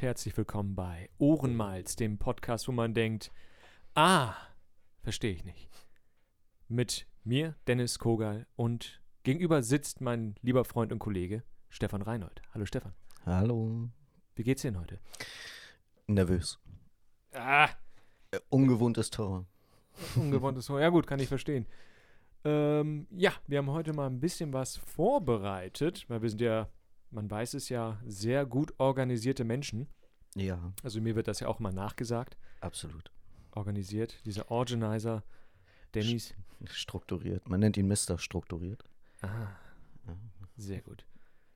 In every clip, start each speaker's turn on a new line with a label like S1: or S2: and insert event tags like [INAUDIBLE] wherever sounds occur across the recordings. S1: herzlich willkommen bei Ohrenmalz, dem Podcast, wo man denkt, ah, verstehe ich nicht. Mit mir, Dennis Kogal, und gegenüber sitzt mein lieber Freund und Kollege Stefan Reinhold. Hallo Stefan,
S2: Hallo.
S1: wie geht's dir denn heute?
S2: Nervös.
S1: Ah,
S2: Äh, ungewohntes Tor.
S1: ungewohntes Ohr. Ja gut, kann ich verstehen. Ähm, ja, wir haben heute mal ein bisschen was vorbereitet, weil wir sind ja, man weiß es ja, sehr gut organisierte Menschen.
S2: Ja,
S1: Also mir wird das ja auch immer nachgesagt.
S2: absolut.
S1: organisiert, dieser Organizer, Dennis.
S2: Strukturiert. Man nennt ihn Mister strukturiert.
S1: Ah, sehr gut.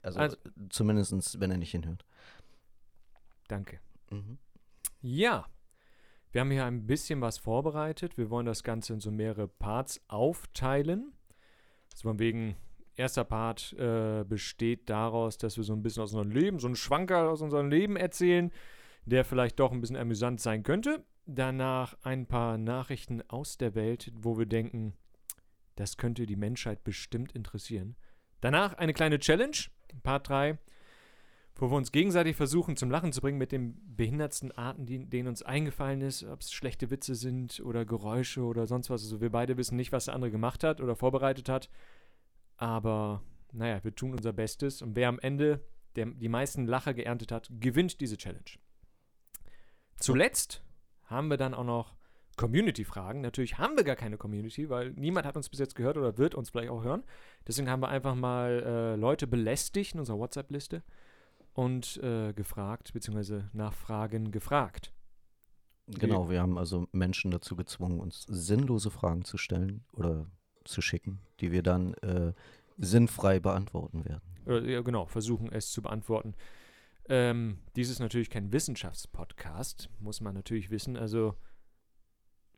S2: Also,
S1: Also-
S2: zumindest, wenn er nicht hinhört.
S1: Danke. Ja, wir haben hier ein bisschen was vorbereitet. Wir wollen das Ganze in so mehrere Parts aufteilen. So von wegen, erster Part äh, besteht daraus, dass wir so ein bisschen aus unserem Leben, so einen Schwanker aus unserem Leben erzählen, der vielleicht doch ein bisschen amüsant sein könnte. Danach ein paar Nachrichten aus der Welt, wo wir denken, das könnte die Menschheit bestimmt interessieren. Danach eine kleine Challenge, Part 3, wo wir uns gegenseitig versuchen zum Lachen zu bringen mit den behindertsten Arten, die, denen uns eingefallen ist, ob es schlechte Witze sind oder Geräusche oder sonst was. Also wir beide wissen nicht, was der andere gemacht hat oder vorbereitet hat, aber naja, wir tun unser Bestes und wer am Ende der, die meisten Lacher geerntet hat, gewinnt diese Challenge. Zuletzt haben wir dann auch noch Community-Fragen. Natürlich haben wir gar keine Community, weil niemand hat uns bis jetzt gehört oder wird uns vielleicht auch hören. Deswegen haben wir einfach mal äh, Leute belästigt in unserer WhatsApp-Liste und äh, gefragt, beziehungsweise nach Fragen gefragt.
S2: Genau, wir haben also Menschen dazu gezwungen, uns sinnlose Fragen zu stellen oder zu schicken, die wir dann äh, sinnfrei beantworten werden.
S1: Oder, ja, genau, versuchen es zu beantworten. Ähm, dies ist natürlich kein Wissenschaftspodcast, muss man natürlich wissen. Also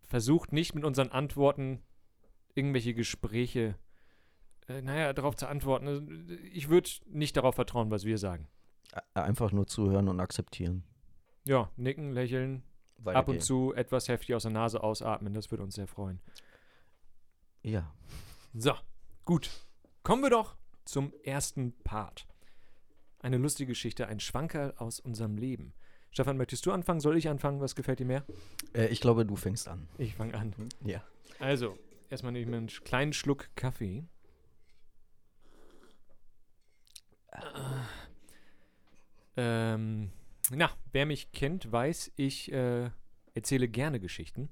S1: versucht nicht mit unseren Antworten irgendwelche Gespräche, äh, naja, darauf zu antworten. Also, Ich würde nicht darauf vertrauen, was wir sagen.
S2: E- Einfach nur zuhören und akzeptieren.
S1: Ja, nicken, lächeln,
S2: Weiter
S1: ab und
S2: geht's.
S1: zu etwas heftig aus der Nase ausatmen, das würde uns sehr freuen.
S2: Ja.
S1: So, gut. Kommen wir doch zum ersten Part. Eine lustige Geschichte, ein Schwankerl aus unserem Leben. Stefan, möchtest du anfangen? Soll ich anfangen? Was gefällt dir mehr?
S2: Äh, ich glaube, du fängst an.
S1: Ich fange an.
S2: Ja.
S1: Also, erstmal nehme ich mir einen sch- kleinen Schluck Kaffee. Ah. Ähm, na, wer mich kennt, weiß, ich äh, erzähle gerne Geschichten.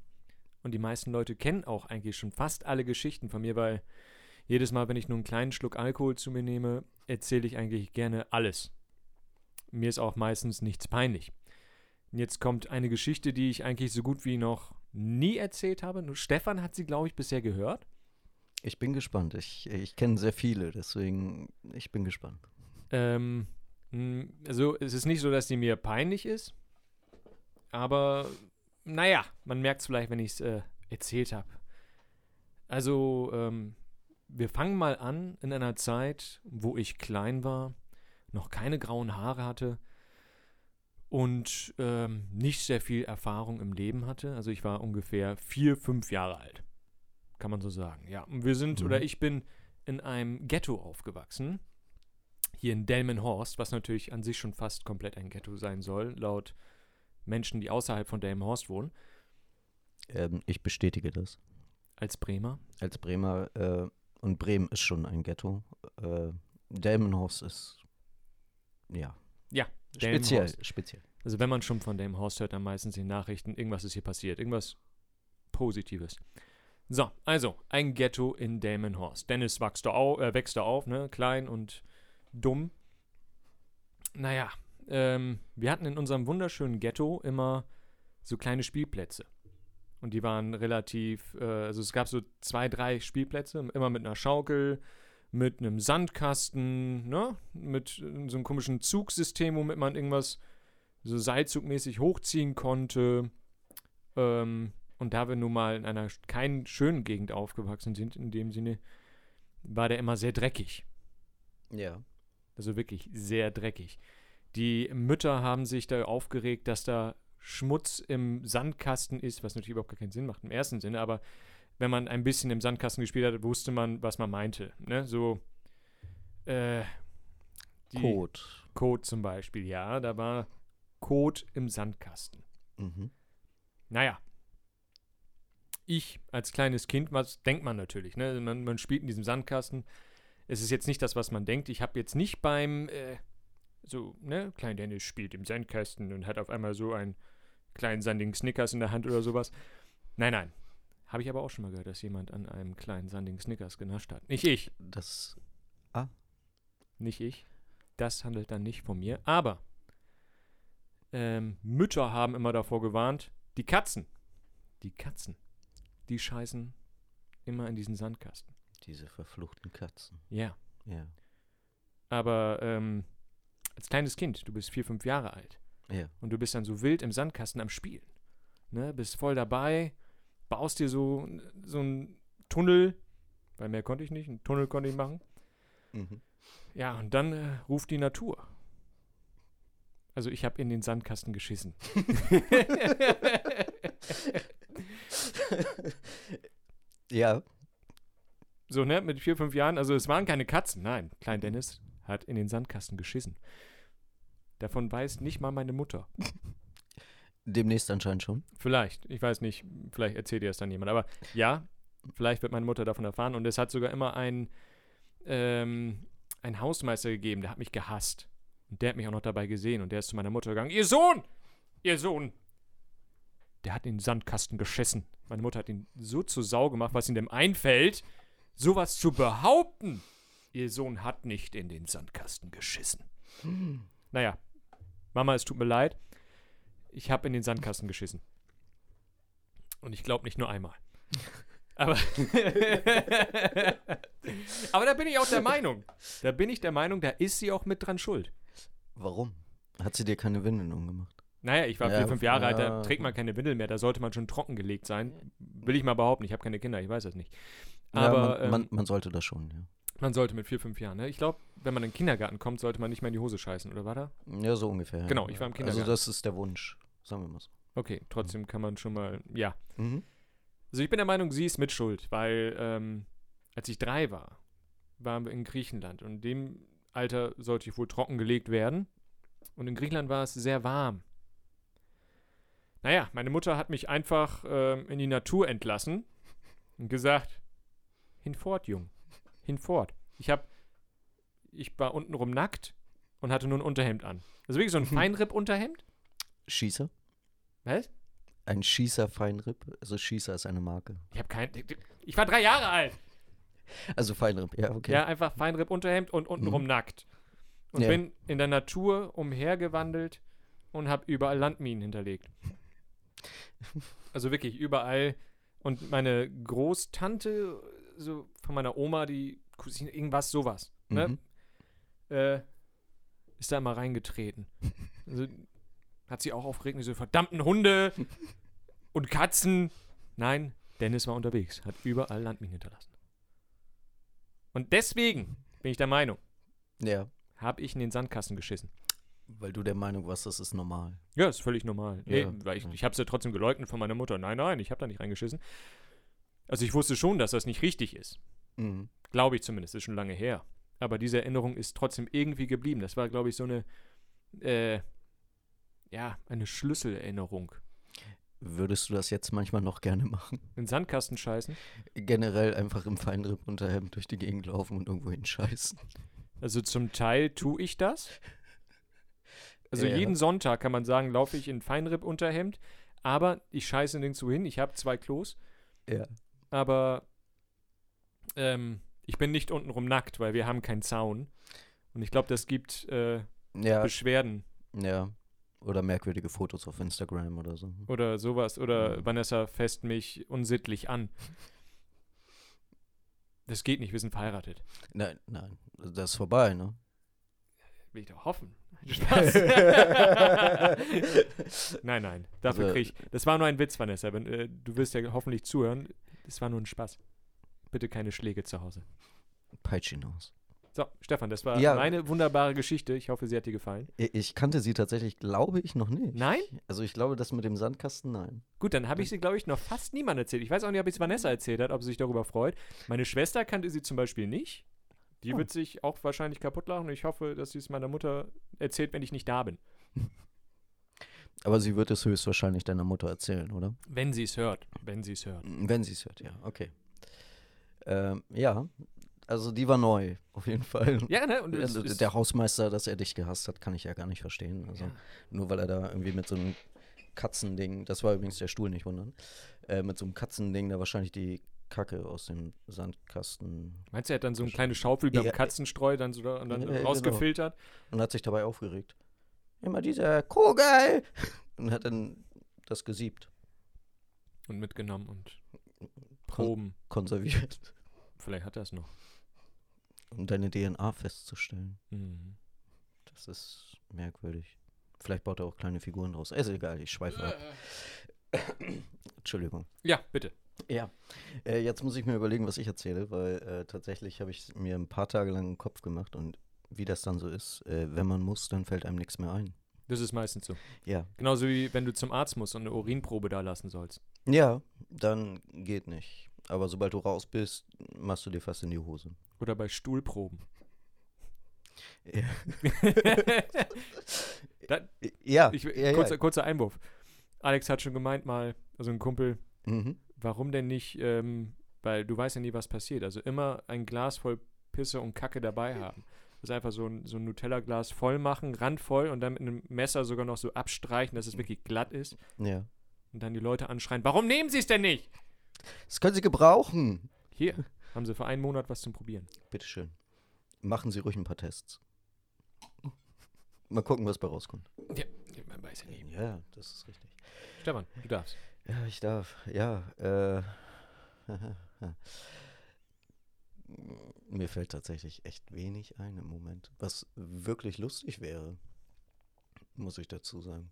S1: Und die meisten Leute kennen auch eigentlich schon fast alle Geschichten von mir, weil jedes Mal, wenn ich nur einen kleinen Schluck Alkohol zu mir nehme, erzähle ich eigentlich gerne alles. Mir ist auch meistens nichts peinlich. Und Jetzt kommt eine Geschichte, die ich eigentlich so gut wie noch nie erzählt habe. Nur Stefan hat sie, glaube ich, bisher gehört.
S2: Ich bin gespannt. Ich, ich kenne sehr viele, deswegen ich bin gespannt.
S1: Ähm, mh, also es ist nicht so, dass sie mir peinlich ist, aber naja, man merkt es vielleicht, wenn ich es äh, erzählt habe. Also ähm, wir fangen mal an in einer Zeit, wo ich klein war, noch keine grauen Haare hatte und ähm, nicht sehr viel Erfahrung im Leben hatte. Also ich war ungefähr vier, fünf Jahre alt, kann man so sagen. Ja, und wir sind
S2: Mhm.
S1: oder ich bin in einem Ghetto aufgewachsen. Hier in Delmenhorst, was natürlich an sich schon fast komplett ein Ghetto sein soll, laut Menschen, die außerhalb von Delmenhorst wohnen,
S2: Ähm, ich bestätige das.
S1: als Bremer.
S2: als Bremer äh, und Bremen ist schon ein Ghetto. Äh, Delmenhorst ist ja
S1: Ja,
S2: speziell,
S1: Delmenhorst.
S2: speziell.
S1: Also wenn man schon von dem Horst hört, dann meistens in Nachrichten, irgendwas ist hier passiert, irgendwas Positives. So, also, ein Ghetto in Delmenhorst. Dennis wächst da, au äh, wächst da auf, ne? Klein und dumm. Naja, ähm, wir hatten in unserem wunderschönen Ghetto immer so kleine Spielplätze. Und die waren relativ, äh, also es gab so zwei, drei Spielplätze, immer mit einer Schaukel, mit einem Sandkasten, ne? Mit äh, so einem komischen Zugsystem, womit man irgendwas so seilzugmäßig hochziehen konnte. Ähm, und da wir nun mal in einer sch- keinen schönen Gegend aufgewachsen sind, in dem Sinne, war der immer sehr dreckig.
S2: Ja.
S1: Also wirklich sehr dreckig. Die Mütter haben sich da aufgeregt, dass da Schmutz im Sandkasten ist, was natürlich überhaupt gar keinen Sinn macht im ersten Sinne, aber wenn man ein bisschen im Sandkasten gespielt hat, wusste man, was man meinte. Ne? So, äh, die-
S2: Code.
S1: Kot zum Beispiel, ja, da war Kot im Sandkasten.
S2: Mhm.
S1: Naja. Ich als kleines Kind, was denkt man natürlich, ne? Man, man spielt in diesem Sandkasten. Es ist jetzt nicht das, was man denkt. Ich habe jetzt nicht beim, äh, so, ne, Klein Dennis spielt im Sandkasten und hat auf einmal so einen kleinen sandigen Snickers in der Hand oder sowas. Nein, nein. Habe ich aber auch schon mal gehört, dass jemand an einem kleinen sandigen Snickers genascht hat. Nicht ich,
S2: Das.
S1: nicht ich. Das handelt dann nicht von mir. Aber ähm, Mütter haben immer davor gewarnt, die Katzen, die Katzen, die scheißen immer in diesen Sandkasten.
S2: Diese verfluchten Katzen.
S1: Ja.
S2: Ja.
S1: Aber ähm, als kleines Kind, du bist vier, fünf Jahre alt
S2: Ja.
S1: und du bist dann so wild im Sandkasten am Spielen. Ne? Bist voll dabei, baust dir so, so einen Tunnel, weil mehr konnte ich nicht, einen Tunnel konnte ich machen.
S2: Mhm.
S1: Ja, und dann äh, ruft die Natur. Also ich habe in den Sandkasten geschissen.
S2: [LAUGHS] Ja.
S1: so, ne, mit vier, fünf Jahren, also es waren keine Katzen, nein. Klein Dennis hat in den Sandkasten geschissen. Davon weiß nicht mal meine Mutter.
S2: Demnächst anscheinend schon.
S1: Vielleicht, ich weiß nicht, vielleicht erzählt dir das dann jemand, aber ja, vielleicht wird meine Mutter davon erfahren und es hat sogar immer einen, ähm, einen Hausmeister gegeben, der hat mich gehasst. Und der hat mich auch noch dabei gesehen und der ist zu meiner Mutter gegangen, ihr Sohn, ihr Sohn, der hat in den Sandkasten geschissen. Meine Mutter hat ihn so zur Sau gemacht, was ihm dem einfällt, sowas zu behaupten. Ihr Sohn hat nicht in den Sandkasten geschissen. Naja, Mama, es tut mir leid. Ich habe in den Sandkasten geschissen. Und ich glaube nicht nur einmal. [LAUGHS] Aber, [LAUGHS] aber da bin ich auch der Meinung. Da bin ich der Meinung, da ist sie auch mit dran schuld.
S2: Warum? Hat sie dir keine Windeln umgemacht?
S1: Naja, ich war
S2: Ja,
S1: vier, fünf Jahre alt, da
S2: ja.
S1: trägt man keine Windel mehr, da sollte man schon trocken gelegt sein. Will ich mal behaupten, ich habe keine Kinder, ich weiß das nicht. Aber
S2: ja, man,
S1: ähm,
S2: man, man sollte das schon, ja.
S1: man sollte mit vier, fünf Jahren, ne? ich glaube, wenn man in den Kindergarten kommt, sollte man nicht mehr in die Hose scheißen, oder war da?
S2: Ja, so ungefähr. ja.
S1: Genau, ich war im Kindergarten.
S2: Also das ist der Wunsch, sagen wir mal so.
S1: Okay, trotzdem kann man schon mal, ja.
S2: Mhm.
S1: Also ich bin der Meinung, sie ist mit schuld, weil ähm, als ich drei war, waren wir in Griechenland und in dem Alter sollte ich wohl trockengelegt werden. Und in Griechenland war es sehr warm. Naja, meine Mutter hat mich einfach ähm, in die Natur entlassen und gesagt, hinfort, Jung, hinfort. Ich hab, ich war untenrum nackt und hatte nur ein Unterhemd an. Also wirklich so ein Feinripp-Unterhemd.
S2: Schießer?
S1: Was?
S2: Ein Schießer Feinripp? Also Schießer ist eine Marke.
S1: Ich habe kein, ich war drei Jahre alt.
S2: Also Feinripp, ja, okay. Mhm.
S1: Ja, einfach Feinripp-Unterhemd und untenrum nackt. Und
S2: Ja.
S1: bin in der Natur umhergewandelt und habe überall Landminen hinterlegt. Also wirklich überall. Und meine Großtante, so von meiner Oma, die Cousine, irgendwas, sowas, ne?
S2: Mhm.
S1: äh, ist da immer
S2: [LAUGHS]
S1: reingetreten. Also, hat sie auch aufgeregt, diese verdammten
S2: [LAUGHS]
S1: Hunde und Katzen. Nein, Dennis war unterwegs, hat überall Landminen hinterlassen. Und deswegen bin ich der Meinung,
S2: Ja,
S1: habe ich in den Sandkasten geschissen.
S2: weil du der Meinung warst, das ist normal.
S1: Ja, ist völlig normal. Nee,
S2: Ja,
S1: weil ich,
S2: ja.
S1: ich habe es ja trotzdem geleugnet von meiner Mutter. Nein, nein, ich habe da nicht reingeschissen. Also ich wusste schon, dass das nicht richtig ist.
S2: Mhm.
S1: Glaube ich zumindest, ist schon lange her. Aber diese Erinnerung ist trotzdem irgendwie geblieben. Das war, glaube ich, so eine, äh, ja, eine Schlüsselerinnerung.
S2: Würdest du das jetzt manchmal noch gerne machen? [LAUGHS]
S1: In Sandkasten scheißen.
S2: Generell einfach im Feinripp Unterhemd durch die Gegend laufen und irgendwo hinscheißen.
S1: Also zum Teil tue ich das. Also
S2: Ja.
S1: jeden Sonntag kann man sagen, laufe ich in Feinripp-Unterhemd. Aber ich scheiße nirgendwo hin. Ich habe zwei Klos.
S2: Ja.
S1: aber ähm, ich bin nicht untenrum nackt, weil wir haben keinen Zaun. Und ich glaube, das gibt äh,
S2: Ja,
S1: Beschwerden
S2: ja. Oder merkwürdige Fotos auf Instagram oder so.
S1: oder sowas. Oder
S2: Mhm.
S1: Vanessa fässt mich unsittlich an. Das geht nicht, wir sind verheiratet.
S2: Nein, nein. Das ist vorbei, ne?
S1: Will ich doch hoffen.
S2: [LAUGHS]
S1: Spaß. [LAUGHS] nein, nein, dafür
S2: Also-
S1: krieg ich. Das war nur ein Witz, Vanessa. Wenn, äh, du wirst ja hoffentlich zuhören. Das war nur ein Spaß. Bitte keine Schläge zu Hause.
S2: Peitsch hinaus.
S1: So, Stefan, das war
S2: Ja.
S1: meine wunderbare Geschichte. Ich hoffe, sie hat dir gefallen.
S2: I- Ich kannte sie tatsächlich, glaube ich, noch nicht.
S1: Nein?
S2: Also ich glaube, das mit dem Sandkasten, nein.
S1: Gut, dann habe ich sie, glaube ich, noch fast niemand erzählt. Ich weiß auch nicht, ob ich es Vanessa erzählt hat, ob sie sich darüber freut. Meine Schwester kannte sie zum Beispiel nicht. Die
S2: Oh.
S1: wird sich auch wahrscheinlich kaputt lachen. Ich hoffe, dass sie es meiner Mutter erzählt, wenn ich nicht da bin.
S2: Aber sie wird es höchstwahrscheinlich deiner Mutter erzählen, oder?
S1: Wenn sie es hört. Wenn sie es hört.
S2: Wenn sie es hört, ja, okay. Ähm, ja, also die war neu, auf jeden Fall.
S1: Ja, ne? Und es
S2: Also,
S1: ist-
S2: der Hausmeister, dass er dich gehasst hat, kann ich ja gar nicht verstehen. Also,
S1: Ja.
S2: Nur weil er da irgendwie mit so einem Katzending, das war übrigens der Stuhl, nicht wundern, äh, mit so einem Katzending da wahrscheinlich die Kacke aus dem Sandkasten
S1: Meinst du, er hat dann so eine kleine Schaufel beim
S2: Ja. äh,
S1: Katzenstreu dann so da, und dann
S2: Ja, ja, genau.
S1: rausgefiltert?
S2: und hat sich dabei aufgeregt. Immer dieser Kugel! [LAUGHS] Und hat dann das gesiebt,
S1: und mitgenommen und Proben.
S2: konserviert,
S1: Vielleicht hat er es noch.
S2: um deine DNA festzustellen.
S1: Mhm.
S2: Das ist merkwürdig. Vielleicht baut er auch kleine Figuren draus. Ist egal, ich schweife ab. [COUGHS] Entschuldigung.
S1: Ja, bitte.
S2: Ja, äh, jetzt muss ich mir überlegen, was ich erzähle, weil äh, tatsächlich habe ich mir ein paar Tage lang einen Kopf gemacht und wie das dann so ist, äh, wenn man muss, dann fällt einem nichts mehr ein.
S1: Das ist meistens so.
S2: Ja.
S1: Genauso wie wenn du zum Arzt musst und eine Urinprobe da lassen sollst.
S2: Ja, dann geht nicht. Aber sobald du raus bist, machst du dir fast in die Hose.
S1: Oder bei
S2: [LAUGHS]
S1: Stuhlproben.
S2: Ja. [LAUGHS]
S1: Da-
S2: Ja,
S1: Ich,
S2: ja,
S1: kurzer,
S2: ja.
S1: kurzer Einwurf. Alex hat schon gemeint mal, also ein Kumpel,
S2: Mhm.
S1: warum denn nicht, ähm, weil du weißt ja nie, was passiert. Also immer ein Glas voll Pisse und Kacke dabei
S2: [LAUGHS]
S1: haben. Also einfach so ein, so ein Nutella-Glas voll machen, randvoll und dann mit einem Messer sogar noch so abstreichen, dass es wirklich glatt ist.
S2: ja.
S1: Und dann die Leute anschreien, warum nehmen sie es denn nicht?
S2: Das können Sie gebrauchen. [LAUGHS]
S1: Hier, haben sie für einen Monat was zum Probieren.
S2: Bitteschön. Machen Sie ruhig ein paar Tests. Mal gucken, was bei rauskommt.
S1: Ja, man weiß ja nie.
S2: Ja, das ist richtig.
S1: Stefan, du darfst.
S2: Ja, ich darf. Ja, äh. Mir fällt tatsächlich echt wenig ein im Moment, was wirklich lustig wäre, muss ich dazu sagen.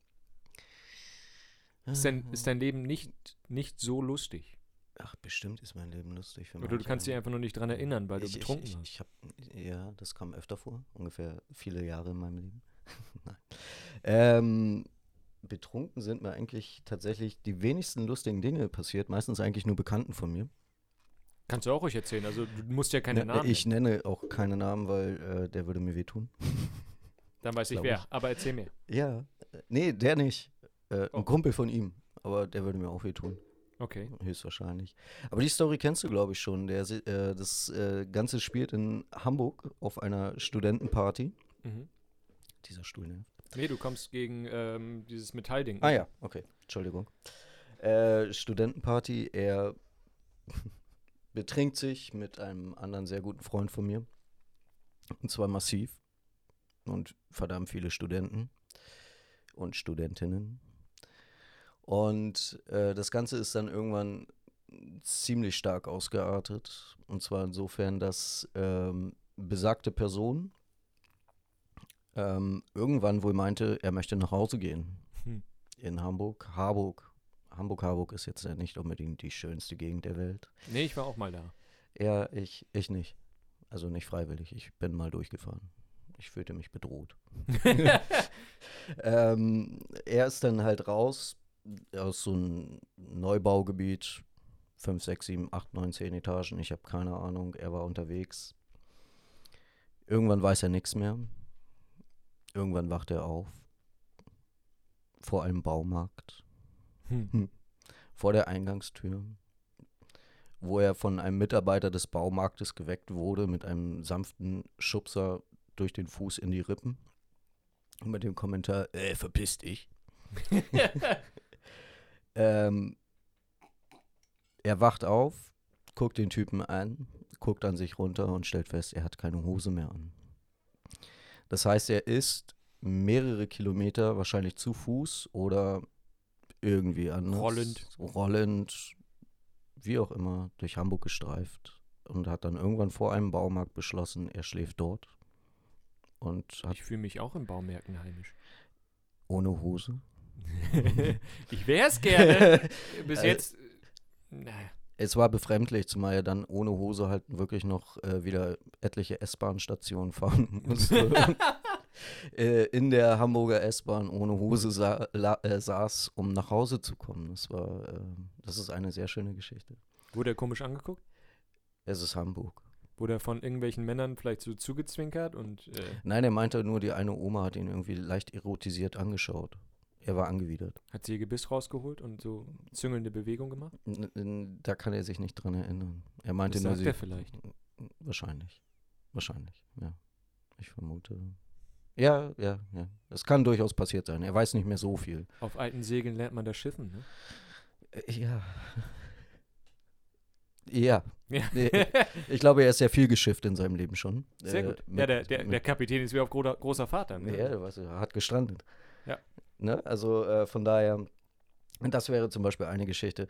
S2: Ah.
S1: Ist dein, ist dein Leben nicht, nicht so lustig?
S2: Ach, bestimmt ist mein Leben lustig. Für
S1: Oder du
S2: manche.
S1: kannst dich einfach nur nicht dran erinnern, weil du
S2: ich,
S1: betrunken
S2: ich,
S1: warst.
S2: ich, ich hab, Ja, das kam öfter vor, ungefähr viele Jahre in meinem Leben. [LAUGHS] Nein. Ähm, betrunken sind mir eigentlich tatsächlich die wenigsten lustigen Dinge passiert, meistens eigentlich nur Bekannten von mir.
S1: Kannst du auch ruhig erzählen. Also du musst ja keine
S2: Ne-
S1: Namen
S2: Ich
S1: nennen.
S2: nenne auch keine Namen, weil äh, der würde mir wehtun.
S1: Dann weiß ich
S2: glaub
S1: wer.
S2: ich.
S1: Aber erzähl mir.
S2: Ja, äh, nee, der nicht. Äh,
S1: Oh.
S2: Ein Kumpel von ihm. Aber der würde mir auch wehtun,
S1: Okay.
S2: höchstwahrscheinlich. Aber die Story kennst du, glaube ich, schon. Der, si- äh, das äh, Ganze spielt in Hamburg auf einer Studentenparty.
S1: Mhm.
S2: Dieser Stuhl, ne?
S1: Nee, du kommst gegen ähm, dieses Metallding.
S2: Ah ja, okay. Entschuldigung. Äh, Studentenparty, er [LAUGHS] betrinkt sich mit einem anderen sehr guten Freund von mir. Und zwar massiv. Und verdammt viele Studenten und Studentinnen. Und äh, das Ganze ist dann irgendwann ziemlich stark ausgeartet. Und zwar insofern, dass ähm, besagte Person ähm, irgendwann wohl meinte, er möchte nach Hause gehen
S1: Hm.
S2: in Hamburg. Harburg. Hamburg, Harburg ist jetzt ja nicht unbedingt die schönste Gegend der Welt.
S1: Nee, ich war auch mal da.
S2: Ja, ich, ich nicht. Also nicht freiwillig. Ich bin mal durchgefahren. Ich fühlte mich bedroht. ähm, er ist dann halt raus aus so einem Neubaugebiet. 5, 6, 7, 8, 9, 10 Etagen. Ich habe keine Ahnung. Er war unterwegs. Irgendwann weiß er nichts mehr. Irgendwann wacht er auf. Vor einem Baumarkt
S1: Hm.
S2: vor der Eingangstür, wo er von einem Mitarbeiter des Baumarktes geweckt wurde mit einem sanften Schubser durch den Fuß in die Rippen und mit dem Kommentar, äh, verpiss dich. ähm, er wacht auf, guckt den Typen an, guckt an sich runter und stellt fest, er hat keine Hose mehr an. Das heißt, er ist mehrere Kilometer wahrscheinlich zu Fuß oder irgendwie anders.
S1: Rollend.
S2: Rollend, wie auch immer, durch Hamburg gestreift und hat dann irgendwann vor einem Baumarkt beschlossen, er schläft dort und hat
S1: Ich fühle mich auch in Baumärkten
S2: [LAUGHS]
S1: heimisch.
S2: ohne Hose.
S1: ich wär's gerne.
S2: [LAUGHS]
S1: Bis
S2: Äh,
S1: jetzt. äh, naja.
S2: es war befremdlich, zumal er dann ohne Hose halt wirklich noch äh, wieder etliche S-Bahn-Stationen fahren [LAUGHS] musste. Und, äh, in der Hamburger S-Bahn ohne Hose sa la äh, saß, um nach Hause zu kommen. Das war, äh, das ist eine sehr schöne Geschichte.
S1: Wurde er komisch angeguckt?
S2: Es ist Hamburg.
S1: Wurde er von irgendwelchen Männern vielleicht so zugezwinkert und. Äh,
S2: Nein, er meinte nur, die eine Oma hat ihn irgendwie leicht erotisiert angeschaut. Er war angewidert.
S1: Hat sie ihr Gebiss rausgeholt und so züngelnde Bewegung gemacht?
S2: N- n- Da kann er sich nicht dran erinnern. Er meinte
S1: Das
S2: nur,
S1: sagt
S2: sie.
S1: er vielleicht.
S2: Wahrscheinlich. Wahrscheinlich, ja. Ich vermute. Ja, ja, ja. Es kann durchaus passiert sein. Er weiß nicht mehr so viel.
S1: Auf alten Segeln lernt man das Schiffen, ne?
S2: Äh, Ja. [LAUGHS] Ja.
S1: Ja.
S2: Nee, Ich glaube, er ist sehr viel geschifft in seinem Leben schon.
S1: Sehr
S2: Äh,
S1: gut. ja,
S2: mit-
S1: der, der, der
S2: mit-
S1: Kapitän ist wie auf großer, großer ne? Fahrt dann.
S2: Ja, der war's, er hat gestrandet.
S1: Ja.
S2: Ne? Also äh, von daher, das wäre zum Beispiel eine Geschichte.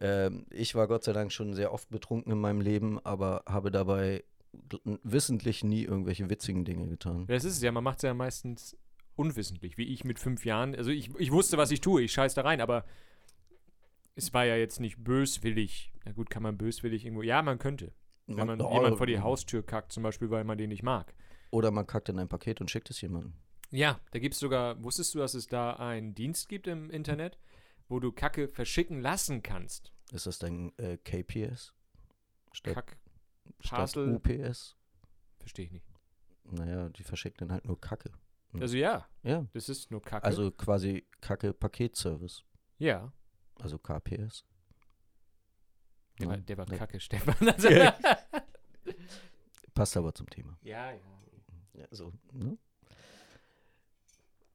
S2: Ähm, ich war Gott sei Dank schon sehr oft betrunken in meinem Leben, aber habe dabei gl- wissentlich nie irgendwelche witzigen Dinge getan.
S1: Das ist es ja, man macht es ja meistens unwissentlich, wie ich mit fünf Jahren. Also ich, ich wusste, was ich tue, ich scheiß da rein, aber es war ja jetzt nicht böswillig. Na gut, kann man böswillig irgendwo. Ja, man könnte. Wenn man
S2: oh,
S1: jemand vor die Haustür kackt, zum Beispiel, weil man den nicht mag.
S2: Oder man kackt in ein Paket und schickt es jemandem.
S1: Ja, da gibt es sogar, wusstest du, dass es da einen Dienst gibt im Internet, wo du Kacke verschicken lassen kannst?
S2: Ist das dein äh, KPS? Statt,
S1: Kack,
S2: statt
S1: Parcel-
S2: UPS?
S1: verstehe ich nicht.
S2: Naja, die verschicken dann halt nur Kacke. Hm.
S1: Also ja,
S2: Ja,
S1: das ist nur Kacke.
S2: also quasi Kacke-Paketservice.
S1: ja.
S2: Also KPS.
S1: Der
S2: Ja,
S1: war, der war
S2: ja.
S1: Kacke,
S2: [LAUGHS]
S1: Stefan. Also,
S2: Ja.
S1: ja,
S2: Passt aber zum Thema.
S1: [LAUGHS] ja.
S2: Ja, so, ne?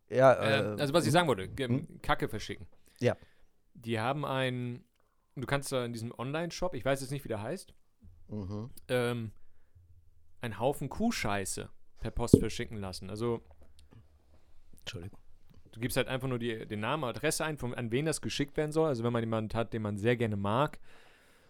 S2: Ja,
S1: Ähm,
S2: äh,
S1: also was ich sagen wollte, ge-
S2: hm?
S1: Kacke verschicken.
S2: Ja.
S1: Die haben einen, du kannst da in diesem Online-Shop, ich weiß jetzt nicht, wie der heißt,
S2: Mhm.
S1: ähm, einen Haufen Kuhscheiße per Post verschicken lassen. Also
S2: Entschuldigung.
S1: du gibst halt einfach nur die, den Namen, Adresse ein, von, an wen das geschickt werden soll. Also wenn man jemanden hat, den man sehr gerne mag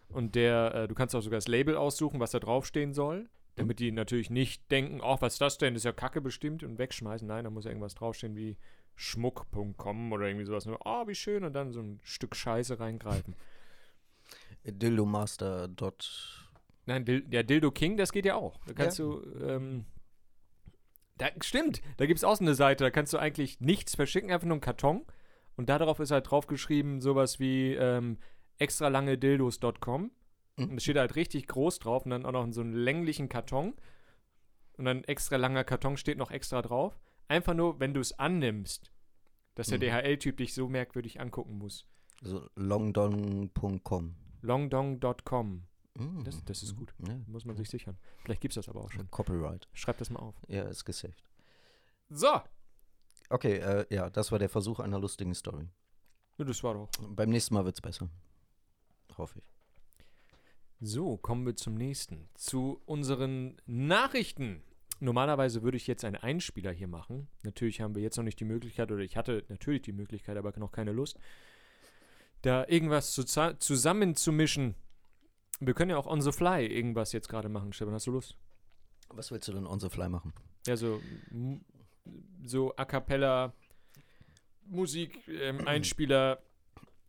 S1: und der, äh, du kannst auch sogar das Label aussuchen, was da draufstehen soll, damit die natürlich nicht denken, ach, was ist das denn, das ist ja Kacke bestimmt und wegschmeißen. Nein, da muss ja irgendwas draufstehen wie schmuck.com oder irgendwie sowas. Nur, oh, wie schön und dann so ein Stück Scheiße reingreifen.
S2: Dildomaster. dot-
S1: Nein, Dil der Dildo King, das geht ja auch. Da kannst du, ähm, da, stimmt, da gibt es auch so eine Seite, da kannst du eigentlich nichts verschicken, einfach nur einen Karton. Und darauf ist halt draufgeschrieben, sowas wie ähm, extralangedildos.com. Und es steht halt richtig groß drauf und dann auch noch in so einem länglichen Karton. Und dann extra langer Karton steht noch extra drauf. Einfach nur, wenn du es annimmst, dass der
S2: Mhm.
S1: DHL-Typ dich so merkwürdig angucken muss.
S2: So longdon.com.
S1: Longdong.com.
S2: Mhm.
S1: Das, das ist gut.
S2: Ja.
S1: Muss man sich sichern. Vielleicht gibt es das aber auch schon.
S2: Copyright.
S1: Schreib das mal auf.
S2: Ja, ist gesaved.
S1: So.
S2: Okay, äh, ja, das war der Versuch einer lustigen Story.
S1: Das war doch.
S2: Beim nächsten Mal wird's besser. Hoffe ich.
S1: So, kommen wir zum nächsten. Zu unseren Nachrichten. Normalerweise würde ich jetzt einen Einspieler hier machen. Natürlich haben wir jetzt noch nicht die Möglichkeit, oder ich hatte natürlich die Möglichkeit, aber noch keine Lust, da irgendwas zu za- zusammenzumischen. Wir können ja auch on the fly irgendwas jetzt gerade machen, Stefan. Hast du Lust?
S2: Was willst du denn on the fly machen?
S1: Ja, so, m- so a cappella Musik, ähm, Einspieler.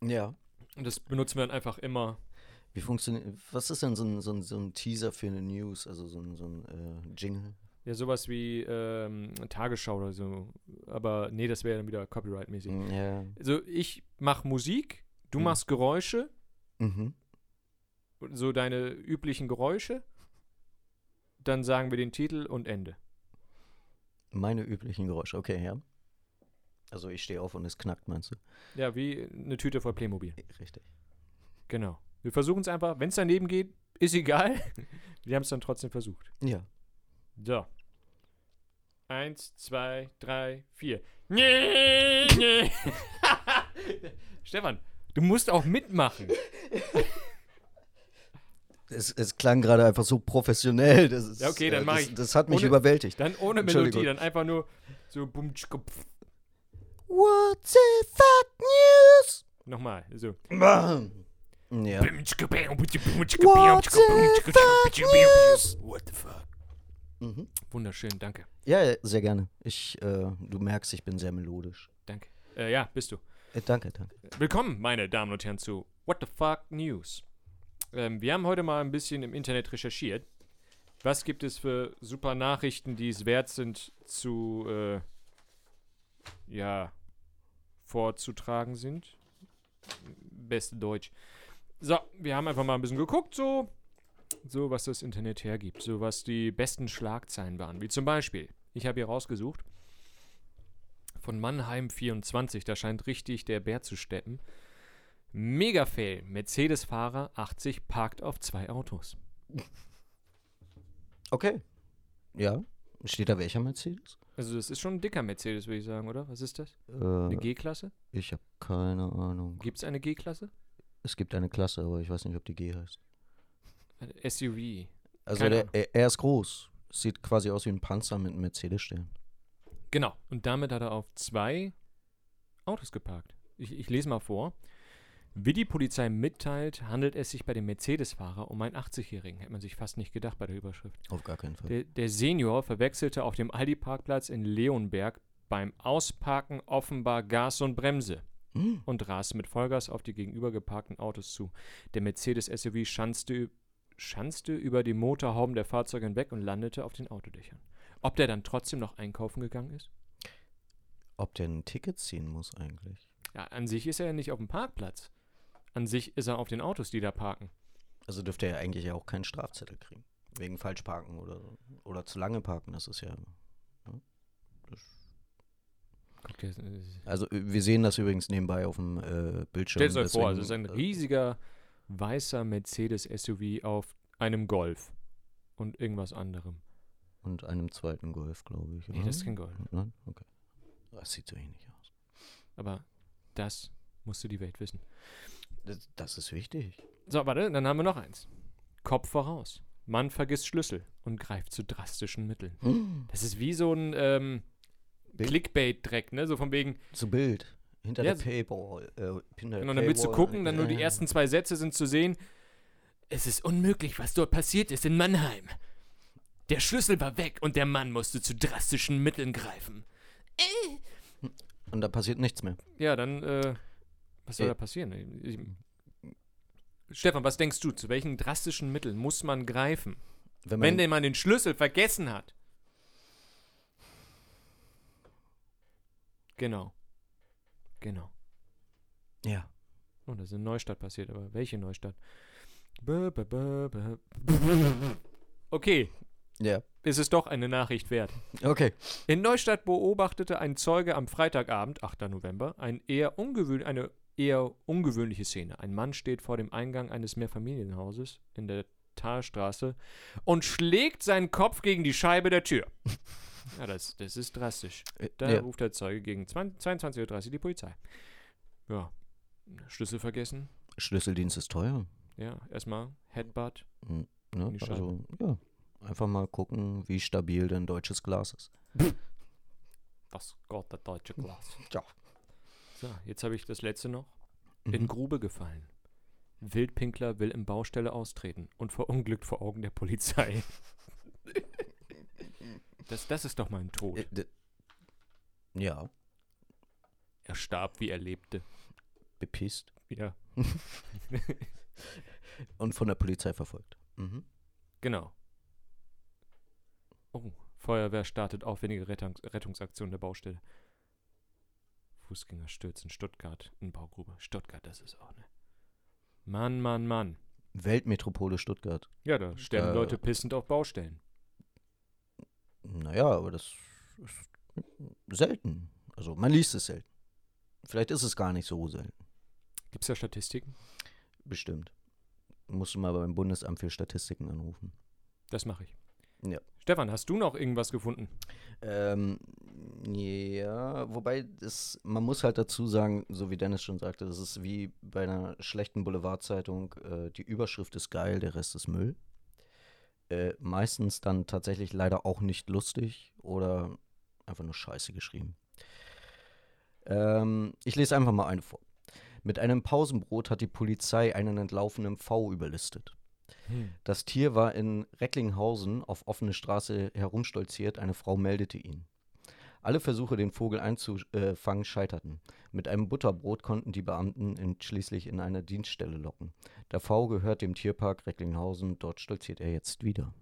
S2: Ja.
S1: Und das benutzen wir dann einfach immer.
S2: Wie funktioniert. Was ist denn so ein, so ein, so ein Teaser für eine News? Also so ein, so ein äh, Jingle?
S1: Ja, sowas wie ähm, Tagesschau oder so. Aber nee, das wäre dann wieder copyright-mäßig.
S2: Ja.
S1: Also ich mache Musik, du
S2: Mhm.
S1: machst Geräusche,
S2: Mhm.
S1: so deine üblichen Geräusche. Dann sagen wir den Titel und Ende.
S2: Meine üblichen Geräusche, okay, ja. Also ich stehe auf und es knackt, meinst du?
S1: Ja, wie eine Tüte voll Playmobil.
S2: Richtig.
S1: Genau. Wir versuchen es einfach. Wenn es daneben geht, ist egal. [LAUGHS] Wir haben es dann trotzdem versucht.
S2: Ja.
S1: So. Eins, zwei, drei, vier. Nee, nee. [LAUGHS] Stefan, du musst auch mitmachen.
S2: Es, es klang gerade einfach so professionell. Das ist,
S1: Ja, okay, dann
S2: äh,
S1: mach
S2: das,
S1: ich.
S2: Das hat mich
S1: Ohne-
S2: überwältigt.
S1: Dann ohne
S2: Entschuldigung.
S1: Melodie, dann einfach nur so bum, tschke, pf.
S2: What the fuck news?
S1: Nochmal. So.
S2: Bam. Ja.
S1: Bum, tschke, bam, bum, tschke, bum, tschke, bam,
S2: What
S1: tschke, bum,
S2: the
S1: tschke, tschke,
S2: fuck
S1: tschke, bam,
S2: news?
S1: bum. What the fuck?
S2: Mhm.
S1: Wunderschön, danke.
S2: Ja, ja, sehr gerne. Ich, äh, du merkst, ich bin sehr melodisch.
S1: Danke. Äh, ja, bist du.
S2: Äh, danke, danke.
S1: Willkommen, meine Damen und Herren, zu What the Fuck News. Ähm, wir haben heute mal ein bisschen im Internet recherchiert. Was gibt es für super Nachrichten, die es wert sind zu, äh, ja, vorzutragen sind? Beste Deutsch. So, wir haben einfach mal ein bisschen geguckt, so, so was das Internet hergibt, so was die besten Schlagzeilen waren. Wie zum Beispiel, ich habe hier rausgesucht, von Mannheim 24. Da scheint richtig der Bär zu steppen. Mega-Fail. Mercedes-Fahrer 80 parkt auf zwei Autos.
S2: Okay. Ja. Steht da welcher Mercedes?
S1: Also das ist schon ein dicker Mercedes, würde ich sagen, oder? Was ist das? Eine
S2: Äh,
S1: G-Klasse?
S2: ich habe keine Ahnung.
S1: Gibt es eine G-Klasse?
S2: Es gibt eine Klasse, aber ich weiß nicht, ob die G heißt.
S1: SUV.
S2: Also
S1: Keine
S2: der, er, er ist groß. Sieht quasi aus wie ein Panzer mit einem Mercedes-Stern.
S1: Genau. Und damit hat er auf zwei Autos geparkt. Ich, ich lese mal vor. Wie die Polizei mitteilt, handelt es sich bei dem Mercedes-Fahrer um einen 80-Jährigen. Hätte man sich fast nicht gedacht bei der Überschrift.
S2: Auf gar keinen Fall.
S1: Der, der Senior verwechselte auf dem Aldi-Parkplatz in Leonberg beim Ausparken offenbar Gas und Bremse
S2: Hm.
S1: und raste mit Vollgas auf die gegenüber geparkten Autos zu. Der Mercedes-SUV schanzte, schanzte über die Motorhauben der Fahrzeuge hinweg und landete auf den Autodächern. Ob der dann trotzdem noch einkaufen gegangen ist?
S2: Ob der ein Ticket ziehen muss eigentlich?
S1: Ja, an sich ist er ja nicht auf dem Parkplatz. An sich ist er auf den Autos, die da parken.
S2: Also dürfte er eigentlich ja auch keinen Strafzettel kriegen. Wegen Falschparken oder, oder zu lange parken, das ist ja.
S1: Guck dir das- äh,
S2: Also äh, wir sehen das übrigens nebenbei auf dem äh, Bildschirm.
S1: Stellt euch vor, also es ist ein
S2: deswegen, äh,
S1: riesiger weißer Mercedes-SUV auf einem Golf und irgendwas anderem.
S2: äh, Und einem zweiten Golf, glaube ich.
S1: Nee,
S2: oder?
S1: das ist kein Golf.
S2: Nein? Okay. Das sieht so ähnlich aus.
S1: Aber das musste die Welt wissen.
S2: Das, das ist wichtig. [GASPS]
S1: So, warte, dann haben wir noch eins. Kopf voraus. Mann vergisst Schlüssel und greift zu drastischen Mitteln. Das ist wie so ein ähm,
S2: Bild?
S1: Clickbait-Dreck, ne? So von wegen,
S2: Zu Bild. Hinter
S1: Ja,
S2: der
S1: so-
S2: Paywall. Äh, hinter der
S1: genau, dann willst du
S2: Paywall.
S1: gucken, dann nur die
S2: Ja,
S1: ersten zwei Sätze sind zu sehen. Es ist unmöglich, was dort passiert ist in Mannheim. Der Schlüssel war weg und der Mann musste zu drastischen Mitteln greifen. Äh.
S2: ja. Und da passiert nichts mehr.
S1: Ja, dann, äh, was soll
S2: Äh.
S1: da passieren? Ich, ich, Stefan, was denkst du? Zu welchen drastischen Mitteln muss man greifen,
S2: Wenn man,
S1: wenn denn man den Schlüssel vergessen hat? Genau. Genau.
S2: ja.
S1: Oh, das ist in Neustadt passiert, aber welche Neustadt? Bö, bö, bö, bö. Okay,
S2: Ja.
S1: ist es doch eine Nachricht wert.
S2: Okay.
S1: In Neustadt beobachtete ein Zeuge am Freitagabend, 8. November, ein eher ungewöhn, eine eher ungewöhnliche Szene. Ein Mann steht vor dem Eingang eines Mehrfamilienhauses in der Talstraße und schlägt seinen Kopf gegen die Scheibe der
S2: [LAUGHS]
S1: Tür. Ja, das, das ist drastisch.
S2: Äh,
S1: Da
S2: ja.
S1: ruft der Zeuge gegen 20 22.30 Uhr die Polizei. Ja, Schlüssel vergessen.
S2: Schlüsseldienst ist teuer.
S1: Ja, erstmal Headbutt.
S2: Ne?
S1: In die Scheibe.
S2: Also, ja. Einfach mal gucken, wie stabil denn deutsches Glas ist.
S1: Was Gott, der deutsche Glas.
S2: Ja.
S1: So, jetzt habe ich das letzte noch. in
S2: Mhm.
S1: Grube gefallen. Wildpinkler will im Baustelle austreten und verunglückt vor Augen der Polizei. Das, das ist doch mal ein
S2: Äh,
S1: Tod.
S2: d- Ja,
S1: Er starb, wie er lebte.
S2: bepisst
S1: Ja,
S2: und von der Polizei verfolgt.
S1: genau. Oh, Feuerwehr startet aufwendige Rettungs Rettungsaktion der Baustelle. Fußgänger stürzen Stuttgart in Baugrube. Stuttgart, das ist auch ne. Mann, Mann, Mann.
S2: Weltmetropole Stuttgart.
S1: Ja, da sterben
S2: Äh.
S1: Leute pissend auf Baustellen.
S2: Naja, aber das ist selten. Also man liest es selten. Vielleicht ist es gar nicht so selten.
S1: Gibt's da Statistiken?
S2: Bestimmt. Musst du mal beim Bundesamt für Statistiken anrufen.
S1: Das mache ich.
S2: Ja.
S1: Stefan, hast du noch irgendwas gefunden?
S2: Ähm, ja, wobei das, man muss halt dazu sagen, so wie Dennis schon sagte, das ist wie bei einer schlechten Boulevardzeitung, äh, die Überschrift ist geil, der Rest ist Müll. Äh, meistens dann tatsächlich leider auch nicht lustig oder einfach nur scheiße geschrieben. Ähm, ich lese einfach mal eine vor. Mit einem Pausenbrot hat die Polizei einen entlaufenen V überlistet. Das Tier war in Recklinghausen auf offene Straße herumstolziert. Eine Frau meldete ihn. Alle Versuche, den Vogel einzufangen, scheiterten. Mit einem Butterbrot konnten die Beamten ihn schließlich in eine Dienststelle locken. Der V gehört dem Tierpark Recklinghausen. Dort stolziert er jetzt wieder.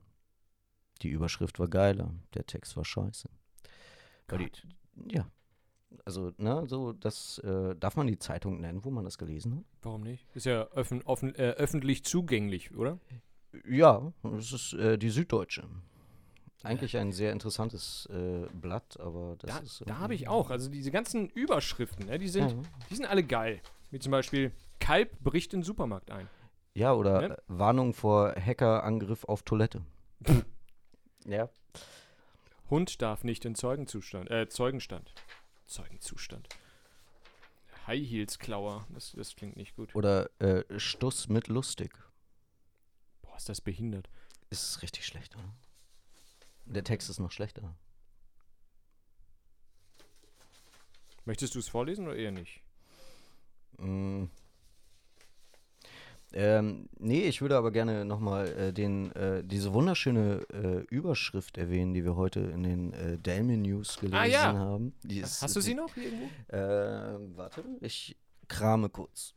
S2: Die Überschrift war geiler. Der Text war scheiße. Weil die,
S1: Gott.
S2: ja. Also, ne, so, das, äh, darf man die Zeitung nennen, wo man das gelesen hat?
S1: Warum nicht? Ist ja öffn, offen, äh, öffentlich zugänglich, oder?
S2: Ja, das ist äh, die Süddeutsche. Eigentlich ein sehr interessantes äh, Blatt, aber das
S1: Da,
S2: ist.
S1: da habe ich
S2: irgendwie-
S1: auch. Also diese ganzen Überschriften, ne, die, sind,
S2: Ja.
S1: die sind alle geil. Wie zum Beispiel, Kalb bricht in den Supermarkt ein.
S2: Ja, oder
S1: Ne?
S2: äh, Warnung vor Hackerangriff auf
S1: [LAUGHS]
S2: Toilette. ja.
S1: Hund darf nicht in Zeugenzustand, äh, Zeugenstand. Zeugenzustand. High Heels Klauer, das, das klingt nicht gut.
S2: Oder äh, Stuss mit lustig.
S1: Boah, ist das behindert.
S2: Ist richtig schlecht, oder? Der Text ist noch schlechter.
S1: Möchtest du es vorlesen oder eher nicht?
S2: Mm. Ähm, nee, ich würde aber gerne nochmal äh, den, äh, diese wunderschöne äh, Überschrift erwähnen, die wir heute in den äh, Delmi News gelesen
S1: Ah, ja.
S2: haben. Die ist-
S1: Hast du sie noch hier irgendwo?
S2: Ähm, warte, ich krame kurz.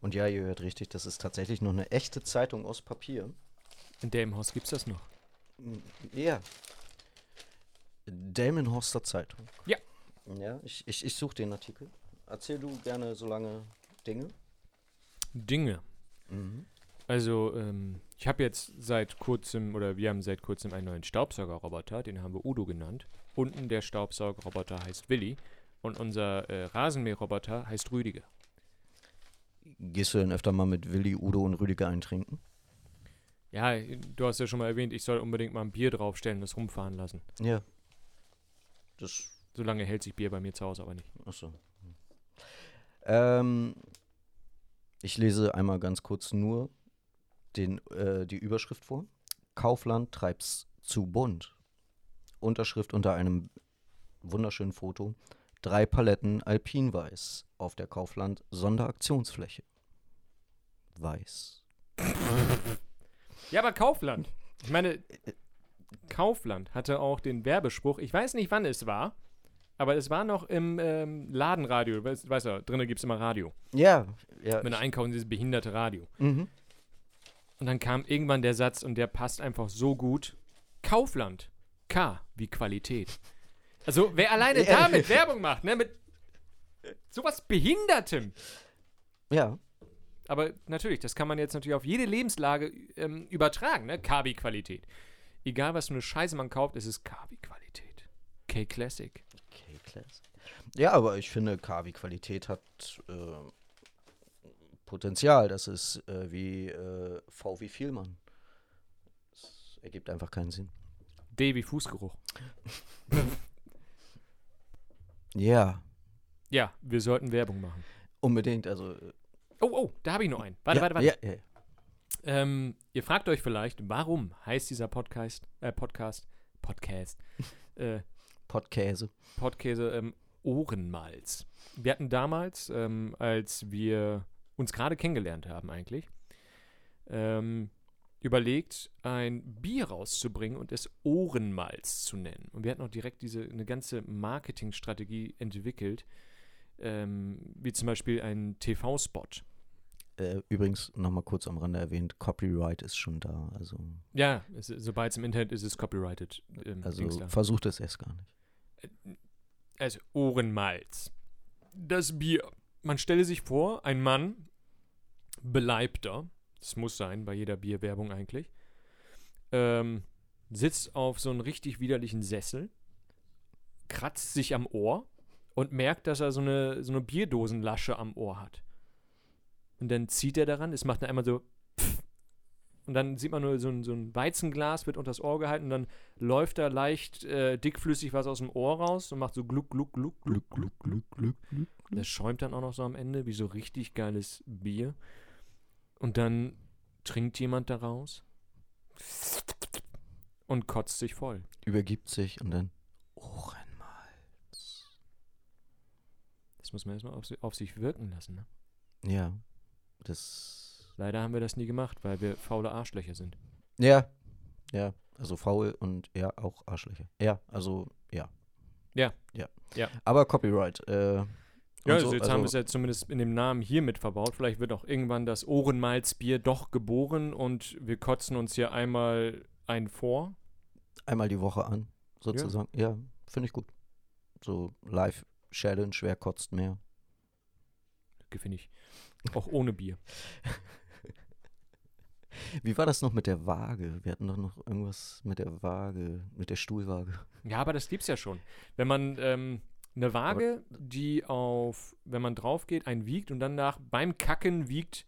S2: Und ja, ihr hört richtig, das ist tatsächlich noch eine echte Zeitung aus Papier.
S1: In dem Haus gibt's das noch.
S2: Ja. Delmenhorster Zeitung.
S1: Ja.
S2: Ja, ich, ich, ich suche den Artikel. Erzähl du gerne so lange Dinge.
S1: Dinge. Also, ähm, ich habe jetzt seit kurzem, oder wir haben seit kurzem einen neuen Staubsaugerroboter, den haben wir Udo genannt. Unten der Staubsaugerroboter heißt Willi und unser äh, Rasenmäherroboter heißt Rüdiger.
S2: Gehst du denn öfter mal mit Willi, Udo und Rüdiger eintrinken?
S1: Ja, du hast ja schon mal erwähnt, ich soll unbedingt mal ein Bier draufstellen und das rumfahren lassen.
S2: Ja. Das
S1: Solange hält sich Bier bei mir zu Hause aber nicht.
S2: Achso. Ähm, ich lese einmal ganz kurz nur den, äh, die Überschrift vor. Kaufland treibt's zu bunt. Unterschrift unter einem wunderschönen Foto. Drei Paletten Alpinweiß auf der Kaufland Sonderaktionsfläche. Weiß.
S1: Ja, aber Kaufland. Ich meine, Kaufland hatte auch den Werbespruch, ich weiß nicht, wann es war, aber es war noch im ähm, Ladenradio. Du Weißt, weißt du, drinnen gibt es immer Radio.
S2: Ja, ja.
S1: Wenn du einkaufen, dieses behinderte Radio.
S2: Mhm.
S1: Und dann kam irgendwann der Satz und der passt einfach so gut. Kaufland. K wie Qualität. Also, wer alleine
S2: Ja.
S1: damit Werbung macht, ne, mit sowas Behindertem.
S2: Ja,
S1: Aber natürlich, das kann man jetzt natürlich auf jede Lebenslage ähm, übertragen, ne? Kabi-Qualität. Egal, was für eine Scheiße man kauft, es ist Kabi-Qualität. K-Classic.
S2: Okay, class. Ja, aber ich finde, Kavi-Qualität hat äh, Potenzial. Das ist äh, wie äh, VW Vielmann. Es ergibt einfach keinen Sinn.
S1: D wie Fußgeruch.
S2: Ja,
S1: Ja, wir sollten Werbung machen.
S2: unbedingt. Also, äh,
S1: Oh, oh, da habe ich noch einen. Warte,
S2: ja,
S1: warte, warte.
S2: Ja, ja.
S1: Ähm, ihr fragt euch vielleicht, warum heißt dieser Podcast, äh, Podcast, Podcast, [LAUGHS] äh,
S2: Podkäse.
S1: Podkäse ähm, Ohrenmalz. Wir hatten damals, ähm, als wir uns gerade kennengelernt haben eigentlich, ähm, überlegt, ein Bier rauszubringen und es Ohrenmalz zu nennen. Und wir hatten auch direkt diese eine ganze Marketingstrategie entwickelt, ähm, wie zum Beispiel einen TV-Spot.
S2: Äh, übrigens, nochmal kurz am Rande erwähnt, Copyright ist schon da. Also,
S1: Ja, es, sobald es im Internet ist, ist es copyrighted. Ähm,
S2: also
S1: Dings da.
S2: versucht es erst gar nicht.
S1: Also Ohrenmalz. Das Bier. Man stelle sich vor, ein Mann, beleibter, das muss sein bei jeder Bierwerbung eigentlich, ähm, sitzt auf so einem richtig widerlichen Sessel, kratzt sich am Ohr und merkt, dass er so eine, so eine Bierdosenlasche am Ohr hat. Und dann zieht er daran, es macht dann einmal so pff. und dann sieht man nur so ein, so ein Weizenglas, wird unters Ohr gehalten und dann läuft da leicht äh, dickflüssig was aus dem Ohr raus und macht so gluck, gluck, gluck, gluck, gluck, gluck, gluck. Das schäumt dann auch noch so am Ende, wie so richtig geiles Bier. Und dann trinkt jemand daraus und kotzt sich voll.
S2: Übergibt sich und dann Ohrenmal.
S1: Das muss man erstmal auf, si- auf sich wirken lassen. Ne?
S2: Ja, das
S1: Leider haben wir das nie gemacht, weil wir faule Arschlöcher sind.
S2: Ja, ja, also faul und ja, auch Arschlöcher. Ja, also ja.
S1: Ja.
S2: Ja.
S1: Ja.
S2: Aber Copyright. Äh, und
S1: Ja, also
S2: so,
S1: jetzt haben wir es ja zumindest in dem Namen hier mit verbaut. Vielleicht wird auch irgendwann das Ohrenmalzbier doch geboren und wir kotzen uns hier einmal ein vor.
S2: einmal die Woche an, sozusagen. Ja, finde ich gut. So Live-Challenge, wer kotzt mehr?
S1: Whisky, finde ich. Auch ohne Bier.
S2: Wie war das noch mit der Waage? Wir hatten doch noch irgendwas mit der Waage, mit der Stuhlwaage.
S1: Ja, aber das gibt's ja schon. Wenn man ähm, eine Waage, die auf, wenn man drauf geht, einen wiegt und dann nach beim Kacken wiegt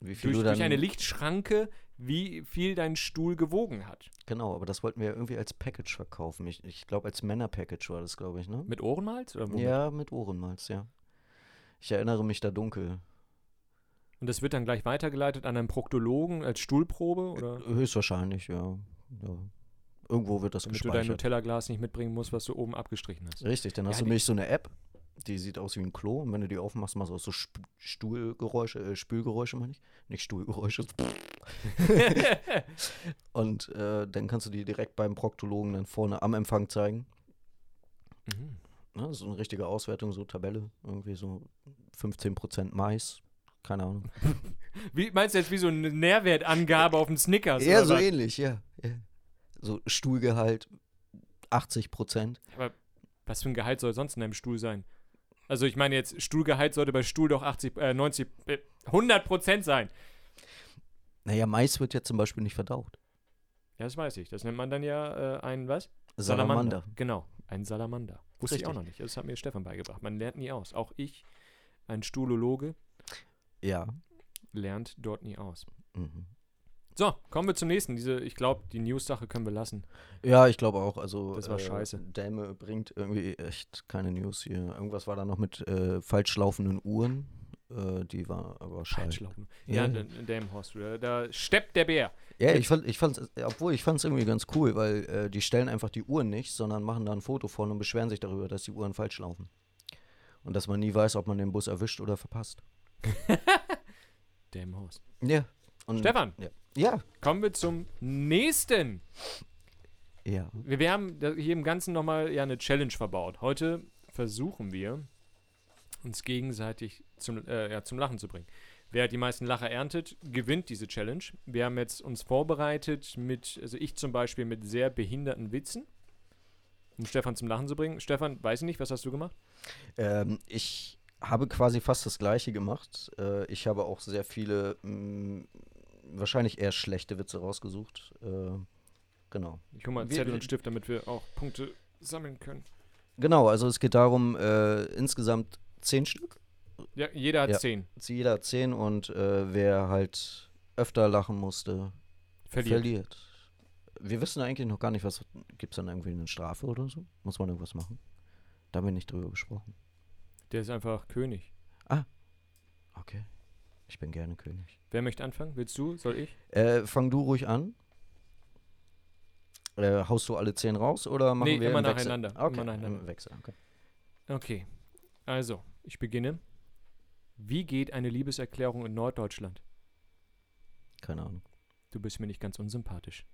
S2: Wie
S1: durch, durch eine Lichtschranke, wie viel dein Stuhl gewogen hat.
S2: Genau, aber das wollten wir ja irgendwie als Package verkaufen. Ich, ich glaube, als Männer-Package war das, glaube ich, ne?
S1: Mit Ohrenmalz? Oder womit?
S2: Ja, mit Ohrenmalz, ja. Ich erinnere mich da dunkel.
S1: Und das wird dann gleich weitergeleitet an einen Proktologen als Stuhlprobe?
S2: Äh,
S1: Oder
S2: Höchstwahrscheinlich, ja. ja. Irgendwo wird das
S1: damit du dein
S2: gespeichert.
S1: Nutella-Glas nicht mitbringen musst, was du oben abgestrichen hast.
S2: Richtig, dann hast
S1: Ja,
S2: du
S1: die-
S2: nämlich so eine App, die sieht aus wie ein Klo und wenn du die aufmachst, machst du auch so Sp- Stuhlgeräusche, äh, Spülgeräusche meine ich,
S1: [LAUGHS]
S2: nicht Stuhlgeräusche. und äh, dann kannst du die direkt beim Proktologen dann vorne am Empfang zeigen.
S1: Mhm.
S2: Ne? So eine richtige Auswertung, so Tabelle, irgendwie so 15% Mais, keine Ahnung.
S1: Wie, meinst du jetzt wie so eine Nährwertangabe auf dem Snickers?
S2: Ja,
S1: oder
S2: Äh, so
S1: was?
S2: ähnlich, ja. ja. So Stuhlgehalt 80%.
S1: was für ein Gehalt soll sonst in deinem Stuhl sein? Also ich meine jetzt, Stuhlgehalt sollte bei Stuhl doch 80, äh, 90, äh, 100 Prozent sein.
S2: Naja, Mais wird ja zum Beispiel nicht verdaut.
S1: Ja, das weiß ich. Das nennt man dann ja äh, einen, was?
S2: Salamander.
S1: Genau, ein Salamander. Wusste
S2: Richtig.
S1: ich auch noch nicht. Das hat mir Stefan beigebracht. Man lernt nie aus. Auch ich, ein Stulologe,
S2: Ja.
S1: lernt dort nie aus.
S2: Mhm.
S1: So, kommen wir zum nächsten. Diese, ich glaube, die News-Sache können wir lassen.
S2: Ja, ich glaube auch. Also,
S1: Das war scheiße.
S2: Dämme bringt irgendwie echt keine News hier. Irgendwas war da noch mit äh, falsch laufenden Uhren. Äh, die war aber scheiße.
S1: Falschlaufen.
S2: Ja.
S1: Ja, ja. Horst, da, da steppt der Bär.
S2: Ja, ich fand, ich fand's, äh, obwohl ich fand es irgendwie ganz cool, weil äh, die stellen einfach die Uhren nicht, sondern machen da ein Foto von und beschweren sich darüber, dass die Uhren falsch laufen. Und dass man nie weiß, ob man den Bus erwischt oder verpasst.
S1: Damn Horst.
S2: Ja. Und
S1: Stefan,
S2: Ja.
S1: kommen wir zum nächsten.
S2: Ja.
S1: Wir, wir haben da- hier im Ganzen nochmal ja eine Challenge verbaut. Heute versuchen wir, uns gegenseitig zum, äh, ja, zum Lachen zu bringen. Wer die meisten Lacher erntet, gewinnt diese Challenge. Wir haben jetzt uns vorbereitet mit, also ich zum Beispiel mit sehr behinderten Witzen, um Stefan zum Lachen zu bringen. Stefan, weiß ich nicht, was hast du gemacht?
S2: Ähm, ich habe quasi fast das Gleiche gemacht. Äh, ich habe auch sehr viele, mh, wahrscheinlich eher schlechte Witze rausgesucht. Äh, genau.
S1: Ich hole mal
S2: Wir-
S1: Zettel und
S2: wir-
S1: Stift, damit wir auch Punkte sammeln können.
S2: Genau, also es geht darum, äh, insgesamt zehn Stück.
S1: Ja, jeder hat
S2: Ja.
S1: zehn.
S2: Jeder hat zehn und äh, wer halt öfter lachen musste,
S1: Verliert.
S2: Wir wissen eigentlich noch gar nicht, was gibt es dann irgendwie eine Strafe oder so? Muss man irgendwas machen? Da haben wir nicht drüber gesprochen.
S1: Der ist einfach König.
S2: Okay. Ich bin gerne König.
S1: Wer möchte anfangen? Willst du? Soll ich?
S2: Äh, fang du ruhig an. Äh, haust du alle zehn raus oder machen
S1: Nee,
S2: wir
S1: immer
S2: im Wechsel?
S1: nacheinander,
S2: Okay,
S1: immer nacheinander.
S2: im Wechsel. Okay.
S1: Okay, also, ich beginne. Wie geht eine Liebeserklärung in Norddeutschland?
S2: Keine Ahnung.
S1: Du bist mir nicht ganz unsympathisch.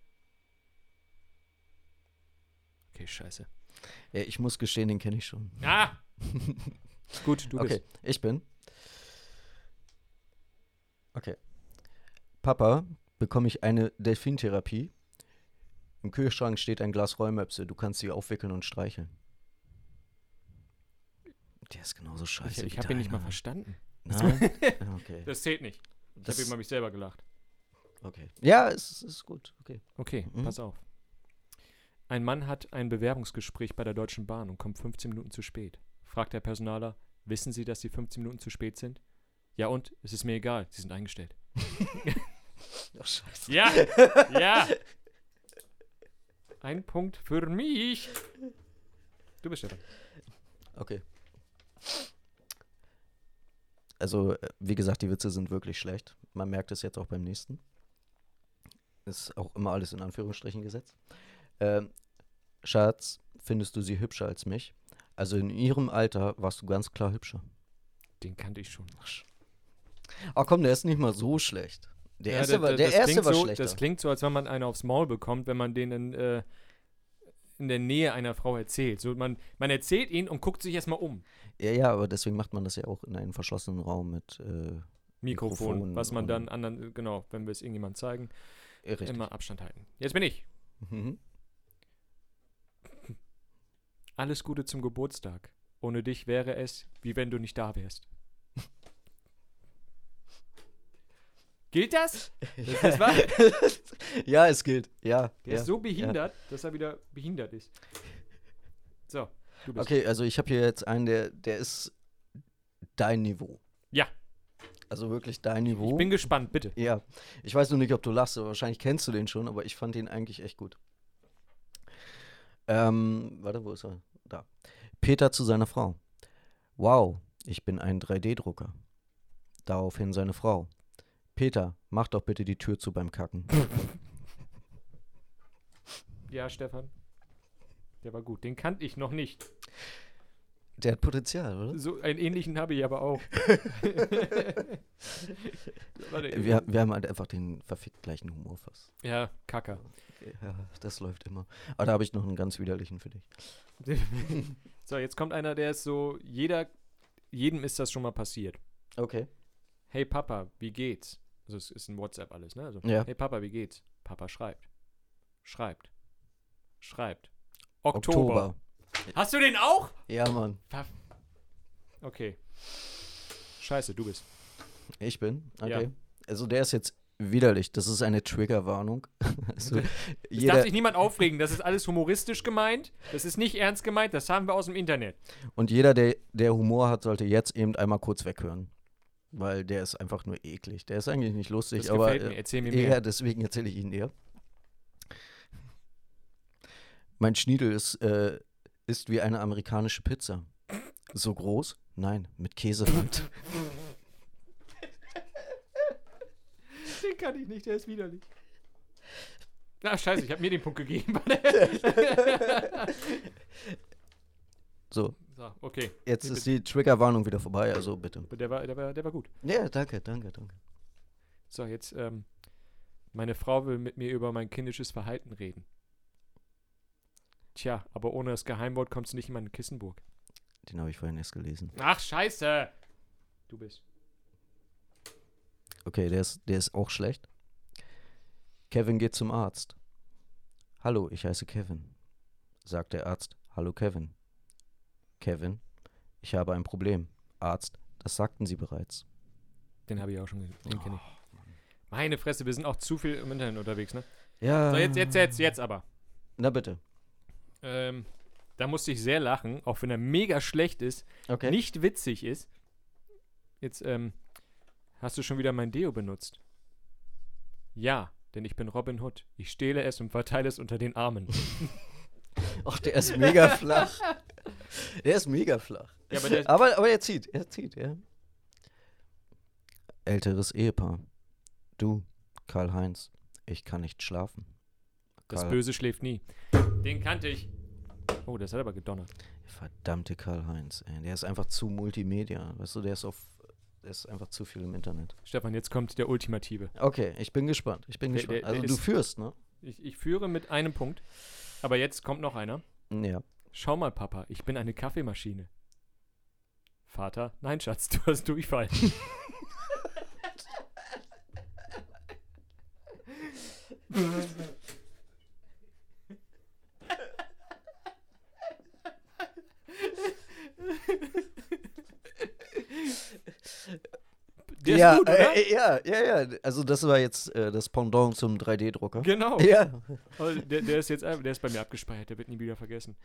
S1: Okay, scheiße.
S2: Äh, ich muss gestehen, den kenne ich schon.
S1: Ah! [LAUGHS] Gut, du
S2: okay,
S1: bist.
S2: ich bin. Okay. Papa, bekomme ich eine Delfintherapie? Im Kühlschrank steht ein Glas Rollmöpse. Du kannst sie aufwickeln und streicheln. Der ist genauso
S1: Ich,
S2: scheiße.
S1: ich
S2: wie
S1: habe ihn nicht mal
S2: deiner.
S1: verstanden.
S2: Nein?
S1: [LAUGHS]
S2: Ah, okay.
S1: Das zählt nicht. Ich
S2: Das-
S1: habe über mich selber gelacht.
S2: okay. Ja, es ist, ist gut. Okay.
S1: Okay,
S2: Mhm.
S1: pass auf. Ein Mann hat ein Bewerbungsgespräch bei der Deutschen Bahn und kommt 15 Minuten zu spät. Fragt der Personaler, wissen Sie, dass Sie 15 Minuten zu spät sind? Ja und? Es ist mir egal, Sie sind eingestellt.
S2: Ach, scheiße.
S1: Ja, ja. Ein Punkt für mich. Du bist Stefan.
S2: Okay. Also, äh, wie gesagt, die Witze sind wirklich schlecht. Man merkt es jetzt auch beim nächsten. Ist auch immer alles in Anführungsstrichen gesetzt. Ähm, Schatz, findest du sie hübscher als mich? Also in ihrem Alter warst du ganz klar hübscher.
S1: Den kannte ich schon.
S2: Ach Ah, komm, der ist nicht mal so schlecht. Der
S1: Ja,
S2: erste
S1: da-
S2: war,
S1: da-
S2: der
S1: das
S2: erste
S1: klingt
S2: war
S1: so,
S2: schlechter.
S1: Das klingt so, als wenn man einen aufs Maul bekommt, wenn man den in, äh, in der Nähe einer Frau erzählt. So, man, man erzählt ihn und guckt sich erstmal um.
S2: ja, ja, aber deswegen macht man das ja auch in einem verschlossenen Raum mit. Äh,
S1: Mikrofon,
S2: Mikrofon
S1: was man
S2: und-
S1: dann anderen, genau, wenn wir es irgendjemand zeigen,
S2: äh, richtig.
S1: immer Abstand halten. Jetzt bin ich.
S2: Mhm.
S1: Alles Gute zum Geburtstag. Ohne dich wäre es, wie wenn du nicht da wärst. [LAUGHS] Gilt das? Ist das wahr?
S2: [LAUGHS] ja, es gilt. Ja.
S1: Der
S2: ja.
S1: ist so behindert, dass er wieder behindert ist. So, du bist.
S2: Okay, also ich habe hier jetzt einen, der, der ist dein Niveau.
S1: Ja.
S2: Also wirklich dein Niveau.
S1: Ich bin gespannt, bitte.
S2: ja. Ich weiß nur nicht, ob du lachst, aber wahrscheinlich kennst du den schon, aber ich fand den eigentlich echt gut. Ähm, warte, wo ist er? Da. Peter zu seiner Frau. Wow, ich bin ein 3D-Drucker. Daraufhin seine Frau. Peter, mach doch bitte die Tür zu beim Kacken.
S1: Ja, Stefan. Der war gut. Den kannte ich noch nicht.
S2: Der hat Potenzial, oder?
S1: So einen ähnlichen habe ich aber
S2: [LAUGHS]
S1: auch. Warte,
S2: Wir, wir haben halt einfach den verfickt gleichen Humor fast.
S1: ja, Kacker.
S2: Ja, das läuft immer. Aber da habe ich noch einen ganz widerlichen für dich.
S1: so, jetzt kommt einer, der ist so, jeder, jedem ist das schon mal passiert.
S2: Okay.
S1: Hey Papa, wie geht's? Also es ist ein WhatsApp alles, ne? Also,
S2: Ja.
S1: hey Papa, wie geht's? Papa schreibt. Schreibt. Schreibt. Oktober.
S2: Oktober.
S1: Hast du den auch?
S2: Ja, Mann.
S1: Okay. Scheiße, du bist.
S2: Ich bin. Okay.
S1: Ja.
S2: Also der ist jetzt widerlich. Das ist eine Triggerwarnung. [LAUGHS] also,
S1: Es darf
S2: jeder,
S1: sich niemand aufregen, das ist alles humoristisch gemeint. Das ist nicht ernst gemeint, das haben wir aus dem Internet.
S2: und jeder, der, der Humor hat, sollte jetzt eben einmal kurz weghören. Weil der ist einfach nur eklig. Der ist eigentlich nicht lustig,
S1: Das
S2: aber
S1: gefällt mir, erzähl mir
S2: äh,
S1: mehr.
S2: ja, deswegen erzähle ich ihn dir. Mein Schniedel ist, äh, ist wie eine amerikanische Pizza. So groß? Nein, mit Käserand.
S1: Den kann ich nicht, der ist widerlich. Na, scheiße, ich habe mir den Punkt gegeben. [LAUGHS]
S2: So,
S1: so, okay.
S2: jetzt
S1: Nee,
S2: ist die Triggerwarnung wieder vorbei, also bitte.
S1: Der war, der, war, der war gut.
S2: Ja, danke, danke, danke.
S1: So, jetzt, ähm, meine Frau will mit mir über mein kindisches Verhalten reden. Tja, aber ohne das Geheimwort kommst du nicht in meine Kissenburg.
S2: Den habe ich vorhin erst gelesen.
S1: Ach, scheiße! Du bist.
S2: Okay, der ist, der ist auch schlecht. Kevin geht zum Arzt. Hallo, ich heiße Kevin. Sagt der Arzt, hallo Kevin. Kevin, ich habe ein Problem. Arzt, das sagten Sie bereits.
S1: Den habe ich auch schon gesehen. Den kenn ich. Meine Fresse, wir sind auch zu viel im Internet unterwegs, ne?
S2: Ja.
S1: So, jetzt, jetzt, jetzt, jetzt aber.
S2: Na bitte.
S1: Ähm, da musste ich sehr lachen, auch wenn er mega schlecht ist,
S2: Okay.
S1: nicht witzig ist. Jetzt, ähm, hast du schon wieder mein Deo benutzt? Ja, denn ich bin Robin Hood. Ich stehle es und verteile es unter den Armen.
S2: Ach, der ist mega [LAUGHS] flach. Der ist mega flach.
S1: Ja, aber der-
S2: aber, aber er zieht, er zieht, ja. Älteres Ehepaar. Du, Karl-Heinz, ich kann nicht schlafen.
S1: Das
S2: Karl-
S1: Böse schläft nie. Den kannte ich. Oh, das hat aber gedonnert.
S2: Verdammte Karl-Heinz, ey. Der ist einfach zu Multimedia. Weißt du, der ist auf. Der ist einfach zu viel im Internet.
S1: Stefan, jetzt kommt der Ultimative.
S2: Okay, ich bin gespannt. Ich bin
S1: Der-
S2: gespannt.
S1: der-
S2: also
S1: der
S2: du
S1: ist-
S2: führst, ne?
S1: Ich, ich führe mit einem Punkt. Aber jetzt kommt noch einer.
S2: Ja.
S1: Schau mal, Papa, ich bin eine Kaffeemaschine. Vater, nein, Schatz, [LAUGHS] du hast Durchfall. Der
S2: ja,
S1: ist gut, oder?
S2: äh, ja, ja, ja. Also das war jetzt äh, das Pendant zum 3D-Drucker.
S1: genau.
S2: äh, Ja.
S1: Also Der, der ist jetzt ein- der ist bei mir abgespeichert, der wird nie wieder vergessen.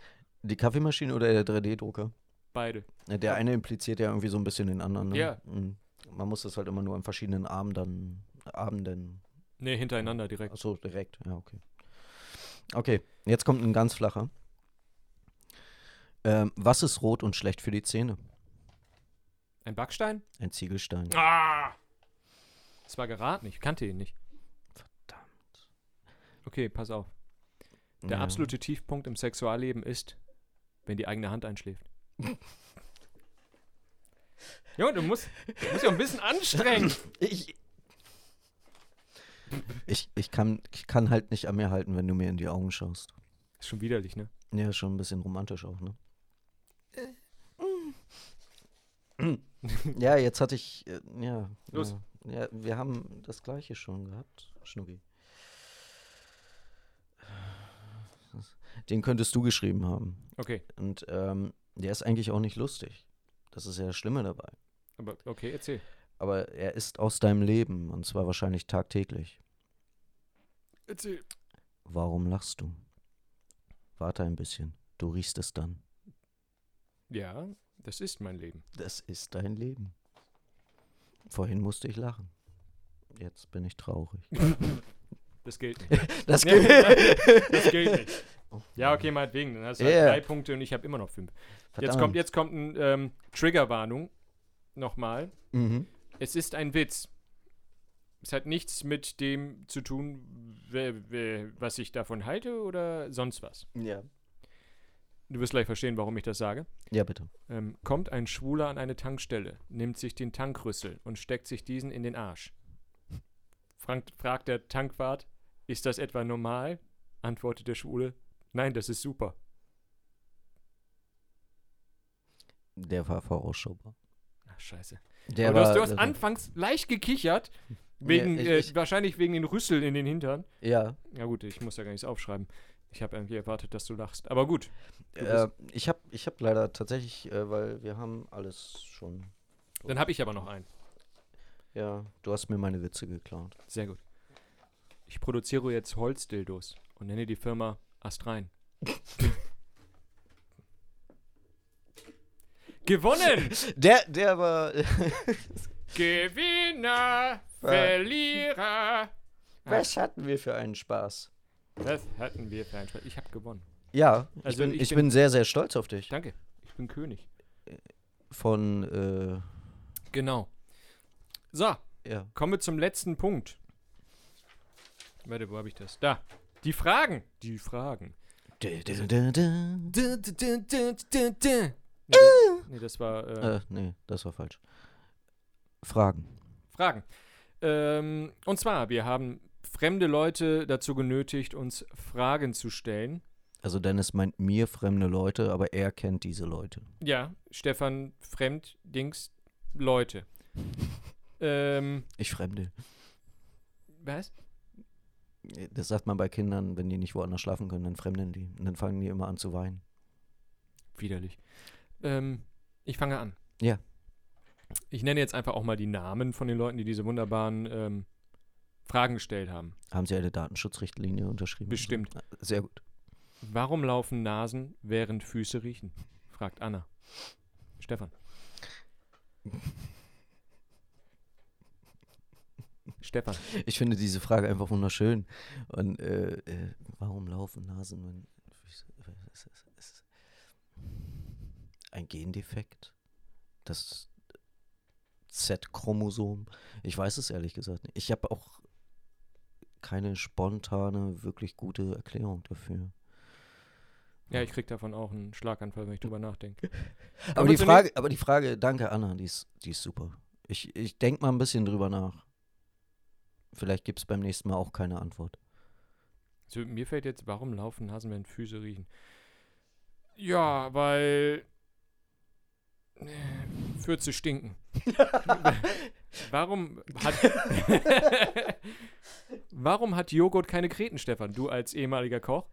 S2: Die Kaffeemaschine oder der 3D-Drucker?
S1: Beide.
S2: Ja, Der eine impliziert ja irgendwie so ein bisschen den anderen. Ne?
S1: Ja.
S2: Mhm. Man muss das halt immer nur an verschiedenen Abenden, Abenden.
S1: Nee, hintereinander direkt.
S2: Achso, direkt. Ja, okay. Okay, jetzt kommt ein ganz flacher. Ähm, was ist rot und schlecht für die Zähne?
S1: Ein Backstein?
S2: Ein Ziegelstein.
S1: Ah! Das war geraten, ich kannte ihn nicht.
S2: Verdammt.
S1: Okay, pass auf. Der
S2: Ja.
S1: absolute Tiefpunkt im Sexualleben ist, wenn die eigene Hand einschläft. jo, du musst, du musst ja ein bisschen anstrengen.
S2: [LAUGHS] Ich, ich, ich, kann, ich kann halt nicht an mir halten, wenn du mir in die Augen schaust.
S1: Ist schon widerlich, ne?
S2: Ja, schon ein bisschen romantisch auch, ne? ja, jetzt hatte ich. äh, Ja,
S1: Los.
S2: Ja, ja, wir haben das gleiche schon gehabt, Schnucki. Den könntest du geschrieben haben.
S1: Okay,
S2: Und ähm, der ist eigentlich auch nicht lustig. Das ist ja das Schlimme dabei.
S1: aber okay, erzähl.
S2: Aber er ist aus deinem Leben und zwar wahrscheinlich tagtäglich.
S1: Erzähl.
S2: Warum lachst du? Warte ein bisschen, du riechst es dann.
S1: Ja, das ist mein Leben.
S2: Das ist dein Leben. Vorhin musste ich lachen. Jetzt bin ich traurig.
S1: Das gilt nicht.
S2: Das
S1: [LAUGHS] Nee,
S2: geht. [LAUGHS]
S1: Das gilt nicht. Ja, okay, meinetwegen. Dann hast du halt
S2: Yeah.
S1: drei Punkte und ich habe immer noch fünf. Jetzt kommt, jetzt kommt ein ähm, Triggerwarnung. Nochmal.
S2: Mhm.
S1: Es ist ein Witz. Es hat nichts mit dem zu tun, wer- wer- was ich davon halte oder sonst was.
S2: Ja.
S1: Du wirst gleich verstehen, warum ich das sage.
S2: Ja, bitte.
S1: Ähm, kommt ein Schwuler an eine Tankstelle, nimmt sich den Tankrüssel und steckt sich diesen in den Arsch. Frank fragt der Tankwart, ist das etwa normal? Antwortet der Schwule, nein, das ist super.
S2: Der war vorausschaubar.
S1: Ach, scheiße.
S2: Der
S1: Aber du hast, du hast
S2: also-
S1: anfangs leicht gekichert, wegen,
S2: Ja, ich-
S1: äh,
S2: ich-
S1: wahrscheinlich wegen den Rüssel in den Hintern.
S2: Ja.
S1: Ja gut, ich muss ja gar nichts aufschreiben. Ich habe irgendwie erwartet, dass du lachst. Aber gut, Du
S2: Äh, ich habe ich hab leider tatsächlich, äh, weil wir haben alles schon.
S1: dann habe ich aber noch einen.
S2: Ja, du hast mir meine Witze geklaut.
S1: Sehr gut. Ich produziere jetzt Holzdildos und nenne die Firma Astrein. [LAUGHS] Gewonnen!
S2: Der, der war. [LAUGHS]
S1: Gewinner, Verlierer.
S2: Was hatten wir für einen Spaß?
S1: Das hatten wir für einen Spaß. Ich habe gewonnen.
S2: Ja, ich,
S1: Also
S2: bin,
S1: ich
S2: ich,
S1: bin-
S2: bin, sehr, sehr stolz auf dich.
S1: Danke. Ich bin König.
S2: Von, äh,
S1: Genau. So,
S2: ja.
S1: kommen wir zum letzten Punkt. Warte, wo habe ich das? Da. Die Fragen. Die Fragen.
S2: Dä, dä, dä, dä.
S1: Dun, dun, dun, dun, dun, dun. Nee, das- nee, das war äh,
S2: Äh, nee, das war falsch. Fragen.
S1: Fragen. Ähm, und zwar, wir haben fremde Leute dazu genötigt, uns Fragen zu stellen.
S2: Also Dennis meint mir fremde Leute, aber er kennt diese Leute.
S1: Ja, Stefan Fremd, Dings, [LAUGHS] Leute. ähm,
S2: Ich fremde.
S1: was?
S2: Das sagt man bei Kindern, wenn die nicht woanders schlafen können, dann fremden die. Und dann fangen die immer an zu weinen.
S1: Widerlich. Ähm, ich fange an.
S2: Ja.
S1: Ich nenne jetzt einfach auch mal die Namen von den Leuten, die diese wunderbaren ähm, Fragen gestellt haben.
S2: Haben sie eine Datenschutzrichtlinie unterschrieben?
S1: Bestimmt.
S2: Sehr gut.
S1: Warum laufen Nasen, während Füße riechen? fragt Anna. Stefan. Stefan.
S2: Ich finde diese Frage einfach wunderschön. Und äh, äh, warum laufen Nasen? Wenn, Füße- es ist, es ist ein Gendefekt? Das Z-Chromosom? Ich weiß es ehrlich gesagt nicht. Ich habe auch keine spontane, wirklich gute Erklärung dafür.
S1: Ja, ich krieg davon auch einen Schlaganfall, wenn ich drüber nachdenke.
S2: Aber die,
S1: zur
S2: Frage, aber die Frage, danke Anna, die ist, die ist super. Ich, ich denke mal ein bisschen drüber nach. Vielleicht gibt es beim nächsten Mal auch keine Antwort.
S1: So, Also, mir fällt jetzt, warum laufen Nasen, während Füße riechen? Ja, weil äh, Fürze stinken. warum hat [LAUGHS] Warum hat Joghurt keine Kreten, Stefan? Du als ehemaliger Koch?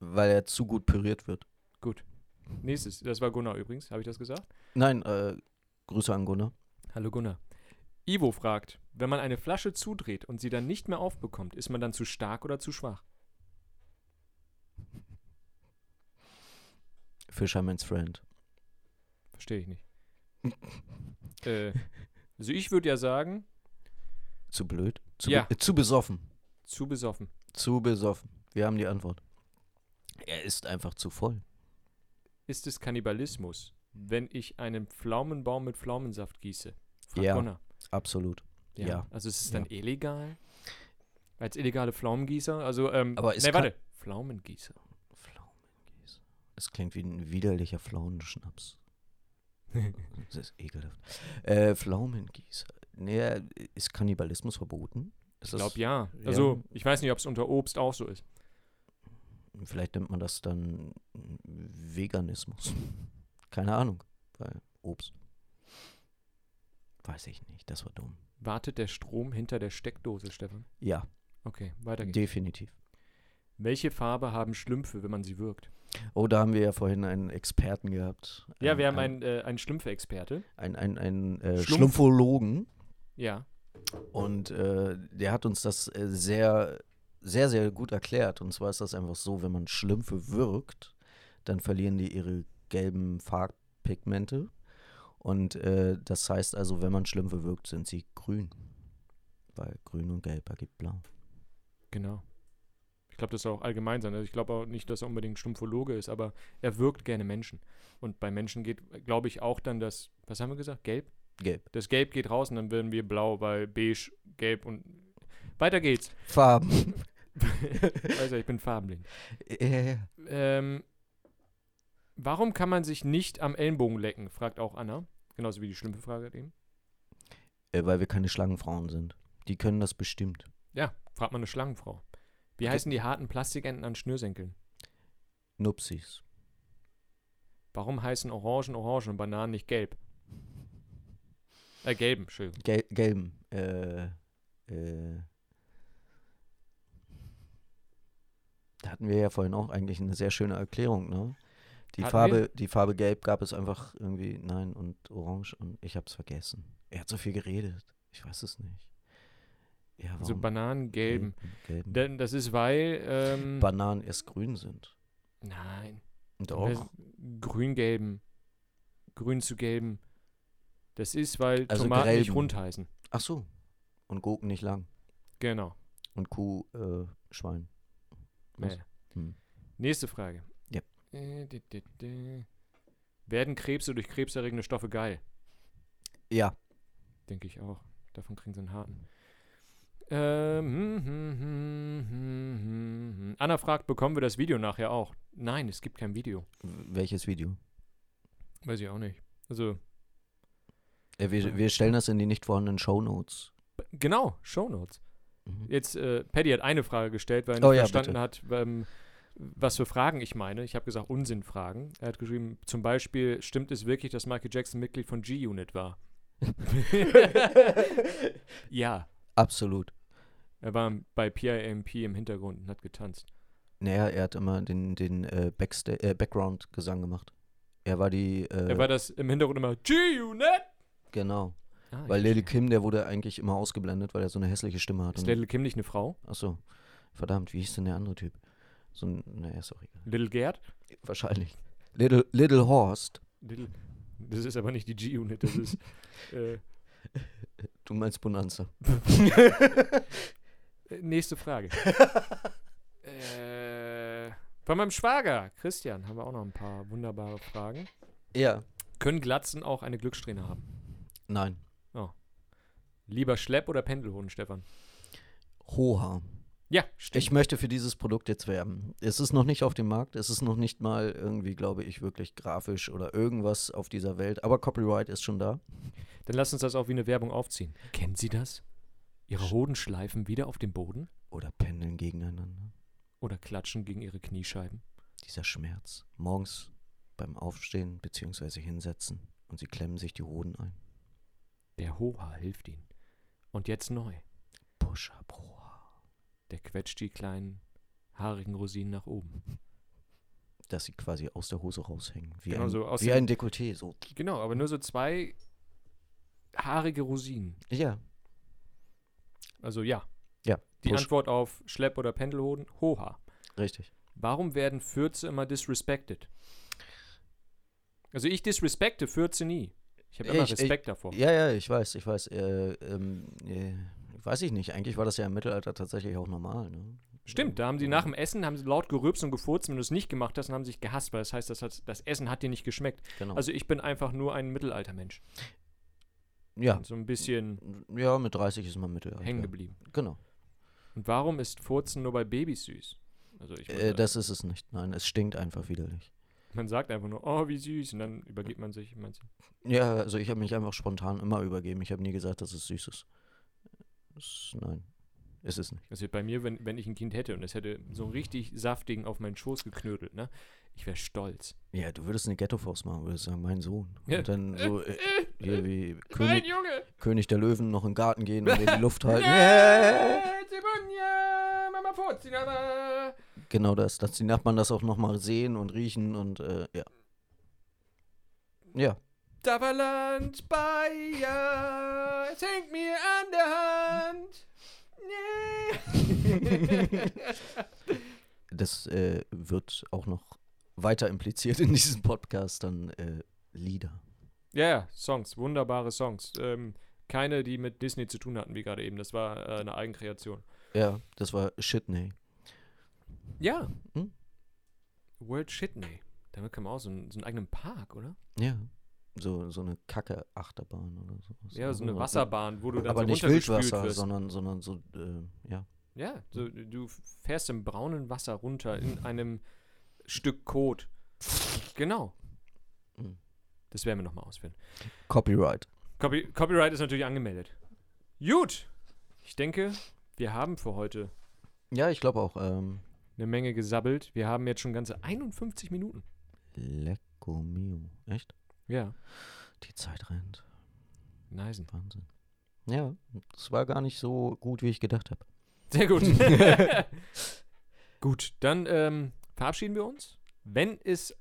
S2: Weil er zu gut püriert wird.
S1: Gut. Nächstes, das war Gunnar übrigens, habe ich das gesagt?
S2: Nein, äh, Grüße an Gunnar.
S1: Hallo Gunnar. Ivo fragt, wenn man eine Flasche zudreht und sie dann nicht mehr aufbekommt, ist man dann zu stark oder zu schwach?
S2: Fisherman's Friend.
S1: Verstehe ich
S2: [LAUGHS]
S1: nicht. äh, also ich würde ja sagen,
S2: Zu blöd? Zu,
S1: Ja.
S2: be äh, zu besoffen.
S1: zu besoffen.
S2: Zu besoffen. Wir haben die Antwort. Er ist einfach zu voll.
S1: Ist es Kannibalismus, wenn ich einen Pflaumenbaum mit Pflaumensaft gieße? Fragt
S2: Ja.
S1: Gunnar.
S2: Absolut. Ja.
S1: Also ist es dann illegal? Als illegale Pflaumengießer? Also, ähm,
S2: Aber es
S1: nee,
S2: kann-
S1: warte. Pflaumengießer.
S2: Pflaumengieß. Das klingt wie ein
S1: [LAUGHS]
S2: widerlicher Pflaumenschnaps. das ist ekelhaft. Äh, Pflaumengießer. Naja, ist Kannibalismus verboten? Ist
S1: Ich
S2: das-
S1: glaube ja.
S2: ja.
S1: Also ich weiß nicht, ob es unter Obst auch so ist.
S2: Vielleicht nennt man das dann Veganismus. Keine Ahnung. Weil Obst. Weiß ich nicht, das war dumm.
S1: Wartet der Strom hinter der Steckdose, Stefan?
S2: Ja,
S1: Okay, weiter geht's.
S2: definitiv.
S1: Welche Farbe haben Schlümpfe, wenn man sie wirkt?
S2: Oh, da haben wir ja vorhin einen Experten gehabt.
S1: Ja, wir haben einen, äh, einen Schlümpfe-Experte.
S2: einen, einen, einen äh,
S1: Schlumpf.
S2: Schlumpfologen.
S1: Ja.
S2: Und äh, der hat uns das äh, sehr, sehr, sehr gut erklärt. Und zwar ist das einfach so, wenn man Schlümpfe wirkt, dann verlieren die ihre gelben Farbpigmente. Und äh, das heißt also, wenn man Schlümpfe wirkt, sind sie grün. Weil grün und gelb ergibt blau.
S1: Genau. Ich glaube, das soll auch allgemein sein. Also ich glaube auch nicht, dass er unbedingt Stumpfologe ist, aber er wirkt gerne Menschen. Und bei Menschen geht, glaube ich, auch dann das, was haben wir gesagt? Gelb?
S2: Gelb.
S1: Das Gelb geht raus und dann werden wir blau, weil beige, gelb und weiter geht's. [LAUGHS]
S2: Farben. [LAUGHS]
S1: Also ich bin farbenblind.
S2: ja, ja, ja.
S1: Ähm, warum kann man sich nicht am Ellenbogen lecken? Fragt auch Anna. Genauso wie die schlimme Frage eben.
S2: Äh, weil wir keine Schlangenfrauen sind. Die können das bestimmt.
S1: Ja, fragt man eine Schlangenfrau. Wie heißen die harten Plastikenten an Schnürsenkeln?
S2: Nupsis.
S1: Warum heißen Orangen Orangen und Bananen nicht gelb? Äh, gelben, Entschuldigung.
S2: Gel gelben. Äh, äh. Da hatten wir ja vorhin auch eigentlich eine sehr schöne Erklärung, ne? Die
S1: Hatten
S2: Farbe, die Farbe Gelb gab es einfach irgendwie, nein, und Orange und ich hab's vergessen. Er hat so viel geredet. Ich weiß es nicht. Ja, warum?
S1: Also Bananen, gelben.
S2: gelben.
S1: Denn das ist, weil. Ähm,
S2: Bananen erst grün sind.
S1: nein. Das-
S2: Doch.
S1: Grün-gelben. Grün zu gelben. Das ist, weil
S2: Also
S1: Tomaten nicht
S2: gelben.
S1: rund heißen.
S2: Ach so. Und Gurken nicht lang.
S1: Genau.
S2: Und Kuh, äh, Schwein. Was?
S1: Nee.
S2: Hm.
S1: Nächste Frage.
S2: Ja.
S1: Äh, di- di- di. Werden Krebse durch krebserregende Stoffe geil?
S2: Ja.
S1: Denke ich auch. Davon kriegen sie einen harten. Ähm, hm, hm, hm, hm, hm, hm. Anna fragt, bekommen wir das Video nachher auch? Nein, es gibt kein Video.
S2: W- Welches Video?
S1: Weiß ich auch nicht. Also,
S2: Äh, wir, wir stellen das in die nicht vorhandenen Shownotes.
S1: b- genau, Shownotes.
S2: Mhm.
S1: Jetzt, äh, Paddy hat eine Frage gestellt, weil er nicht
S2: Oh ja,
S1: verstanden
S2: bitte.
S1: hat, ähm, was für Fragen ich meine. Ich habe gesagt, Unsinnfragen. Er hat geschrieben, zum Beispiel, stimmt es wirklich, dass Michael Jackson Mitglied von G-Unit
S2: [LAUGHS]
S1: war? ja,
S2: Absolut.
S1: er war bei PIMP im Hintergrund und hat getanzt.
S2: Naja, er hat immer den, den äh, Backsta- äh, Background-Gesang gemacht. Er war die, äh,
S1: Er war das im Hintergrund immer ne? G-Unit.
S2: genau.
S1: Ah,
S2: Weil
S1: ich
S2: Lady
S1: verstehe.
S2: Kim, der wurde eigentlich immer ausgeblendet, weil er so eine hässliche Stimme hat.
S1: Ist
S2: und-
S1: Little Kim nicht eine Frau?
S2: Ach so. Verdammt, wie hieß denn der andere Typ? So ein, naja, ist
S1: [LAUGHS]
S2: auch egal.
S1: Little Gerd?
S2: Wahrscheinlich. Little, Little Horst.
S1: Little, das ist aber nicht die G-Unit, das ist. äh,
S2: Du meinst Bonanza.
S1: nächste Frage. äh, von meinem Schwager, Christian, haben wir auch noch ein paar wunderbare Fragen.
S2: Ja. Können
S1: Können Glatzen auch eine Glückssträhne haben?
S2: Nein.
S1: Lieber Schlepp oder Pendelhunden, Stefan?
S2: Hoha.
S1: Ja, stimmt.
S2: Ich möchte für dieses Produkt jetzt werben. Es ist noch nicht auf dem Markt, es ist noch nicht mal irgendwie, glaube ich, wirklich grafisch oder irgendwas auf dieser Welt, aber Copyright ist schon da.
S1: Dann lass uns das auch wie eine Werbung aufziehen. Kennen Sie das? Ihre Hoden schleifen wieder auf den Boden
S2: Oder pendeln gegeneinander.
S1: oder klatschen gegen ihre Kniescheiben?
S2: Dieser Schmerz. Morgens beim Aufstehen bzw. hinsetzen und sie klemmen sich die Hoden ein.
S1: Der Hoha hilft ihnen. Und jetzt neu.
S2: Push-up, hoha.
S1: Der quetscht die kleinen, haarigen Rosinen nach oben.
S2: Dass sie quasi aus der Hose raushängen. Wie,
S1: Genau
S2: ein,
S1: so aus
S2: wie
S1: dem-
S2: ein Dekolleté. So.
S1: Genau, aber nur so zwei haarige Rosinen.
S2: Ja.
S1: Also ja.
S2: Ja.
S1: Die
S2: Push.
S1: Antwort auf Schlepp- oder Pendelhoden? Hoha.
S2: Richtig.
S1: Warum werden Fürze immer disrespected? Also ich disrespekte Fürze nie. Ich habe immer
S2: Ich- ich-
S1: Respekt davor.
S2: Ja, ja, ich weiß, ich weiß. Äh, ähm, äh, weiß ich nicht. Eigentlich war das ja im Mittelalter tatsächlich auch normal. Ne?
S1: Stimmt, da haben sie nach dem Essen haben sie laut gerülpst und gefurzt, wenn du es nicht gemacht hast, und haben sich gehasst, weil das heißt, das, hat, das Essen hat dir nicht geschmeckt.
S2: Genau.
S1: Also ich bin einfach nur ein Mittelaltermensch.
S2: ja.
S1: So ein bisschen
S2: Ja, mit 30 ist man Mittelalter.
S1: hängen geblieben.
S2: Genau.
S1: Und warum ist Furzen nur bei Babys süß? Also ich
S2: Äh,
S1: meine,
S2: das ist es nicht. Nein, es stinkt einfach widerlich.
S1: man sagt einfach nur, oh, wie süß, und dann übergeht man sich. Man
S2: Ja, also ich habe mich einfach spontan immer übergeben. Ich habe nie gesagt, dass es süß ist. Es, nein, ist es nicht.
S1: Also bei mir, wenn, wenn ich ein Kind hätte und es hätte so einen richtig saftigen auf meinen Schoß geknödelt, ne? Ich wäre stolz.
S2: Ja, du würdest eine Ghetto-Faust machen, würdest sagen, mein Sohn.
S1: Ja.
S2: Und dann so äh, hier wie
S1: Nein,
S2: König,
S1: Junge! [LAUGHS]
S2: König der Löwen noch in den Garten gehen und in die Luft halten.
S1: Mama kurz. Ja,
S2: Genau das, dass die Nachbarn das auch nochmal sehen und riechen und äh, ja. Ja,
S1: Davernland Bayer, es hängt mir an der Hand.
S2: [LAUGHS]
S1: Nee. [LAUGHS]
S2: das äh, wird auch noch weiter impliziert in diesem Podcast dann äh, Lieder.
S1: ja, ja, Songs, wunderbare Songs. Ähm, keine, die mit Disney zu tun hatten, wie gerade eben. Das war äh, eine Eigenkreation.
S2: Ja, das war Shitney.
S1: Ja.
S2: Hm?
S1: World Shitney. Damit kann man auch so einen, so einen eigenen Park, oder?
S2: Ja. So, so eine kacke Achterbahn oder sowas.
S1: Ja, so eine Wasserbahn, wo du dann
S2: Aber
S1: so
S2: nicht
S1: runtergespült
S2: Wildwasser,
S1: wirst.
S2: sondern sondern so äh, ja.
S1: Ja, so, du fährst im braunen Wasser runter in einem Stück Kot. Genau.
S2: Mhm.
S1: Das werden wir nochmal ausführen.
S2: Copyright.
S1: Copy Copyright ist natürlich angemeldet. Gut. Ich denke, wir haben für heute
S2: Ja, ich glaube auch ähm
S1: eine Menge gesabbelt. Wir haben jetzt schon ganze 51 Minuten.
S2: Lecco mio. Echt?
S1: Ja,
S2: Die Zeit rennt.
S1: nice.
S2: Wahnsinn. Ja, es war gar nicht so gut, wie ich gedacht habe.
S1: Sehr gut. gut, dann ähm, verabschieden wir uns. Wenn es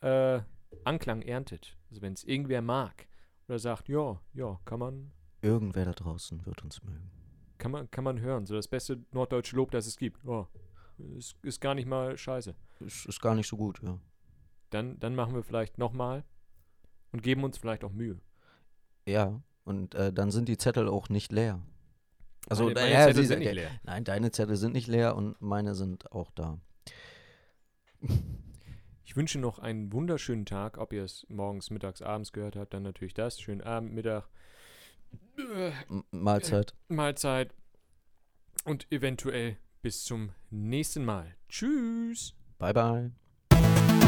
S1: äh, Anklang erntet, also wenn es irgendwer mag oder sagt, ja, ja, kann man
S2: Irgendwer da draußen wird uns mögen.
S1: Kann man, kann man hören. So das beste norddeutsche Lob, das es gibt. Oh, ist, ist gar nicht mal scheiße.
S2: Ist, ist gar nicht so gut, ja.
S1: Dann, dann machen wir vielleicht nochmal und geben uns vielleicht auch Mühe.
S2: Ja, und äh, dann sind die Zettel auch nicht leer. Also,
S1: Meine- meine
S2: ja,
S1: Zettel
S2: sie-
S1: sind nicht
S2: okay.
S1: leer.
S2: Nein, deine Zettel sind nicht leer und meine sind auch da.
S1: Ich wünsche noch einen wunderschönen Tag, ob ihr es morgens, mittags, abends gehört habt, dann natürlich das. Schönen Abend, Mittag, äh,
S2: M
S1: [LAUGHS]
S2: Mahlzeit.
S1: Mahlzeit und eventuell bis zum nächsten Mal. Tschüss!
S2: Bye, bye.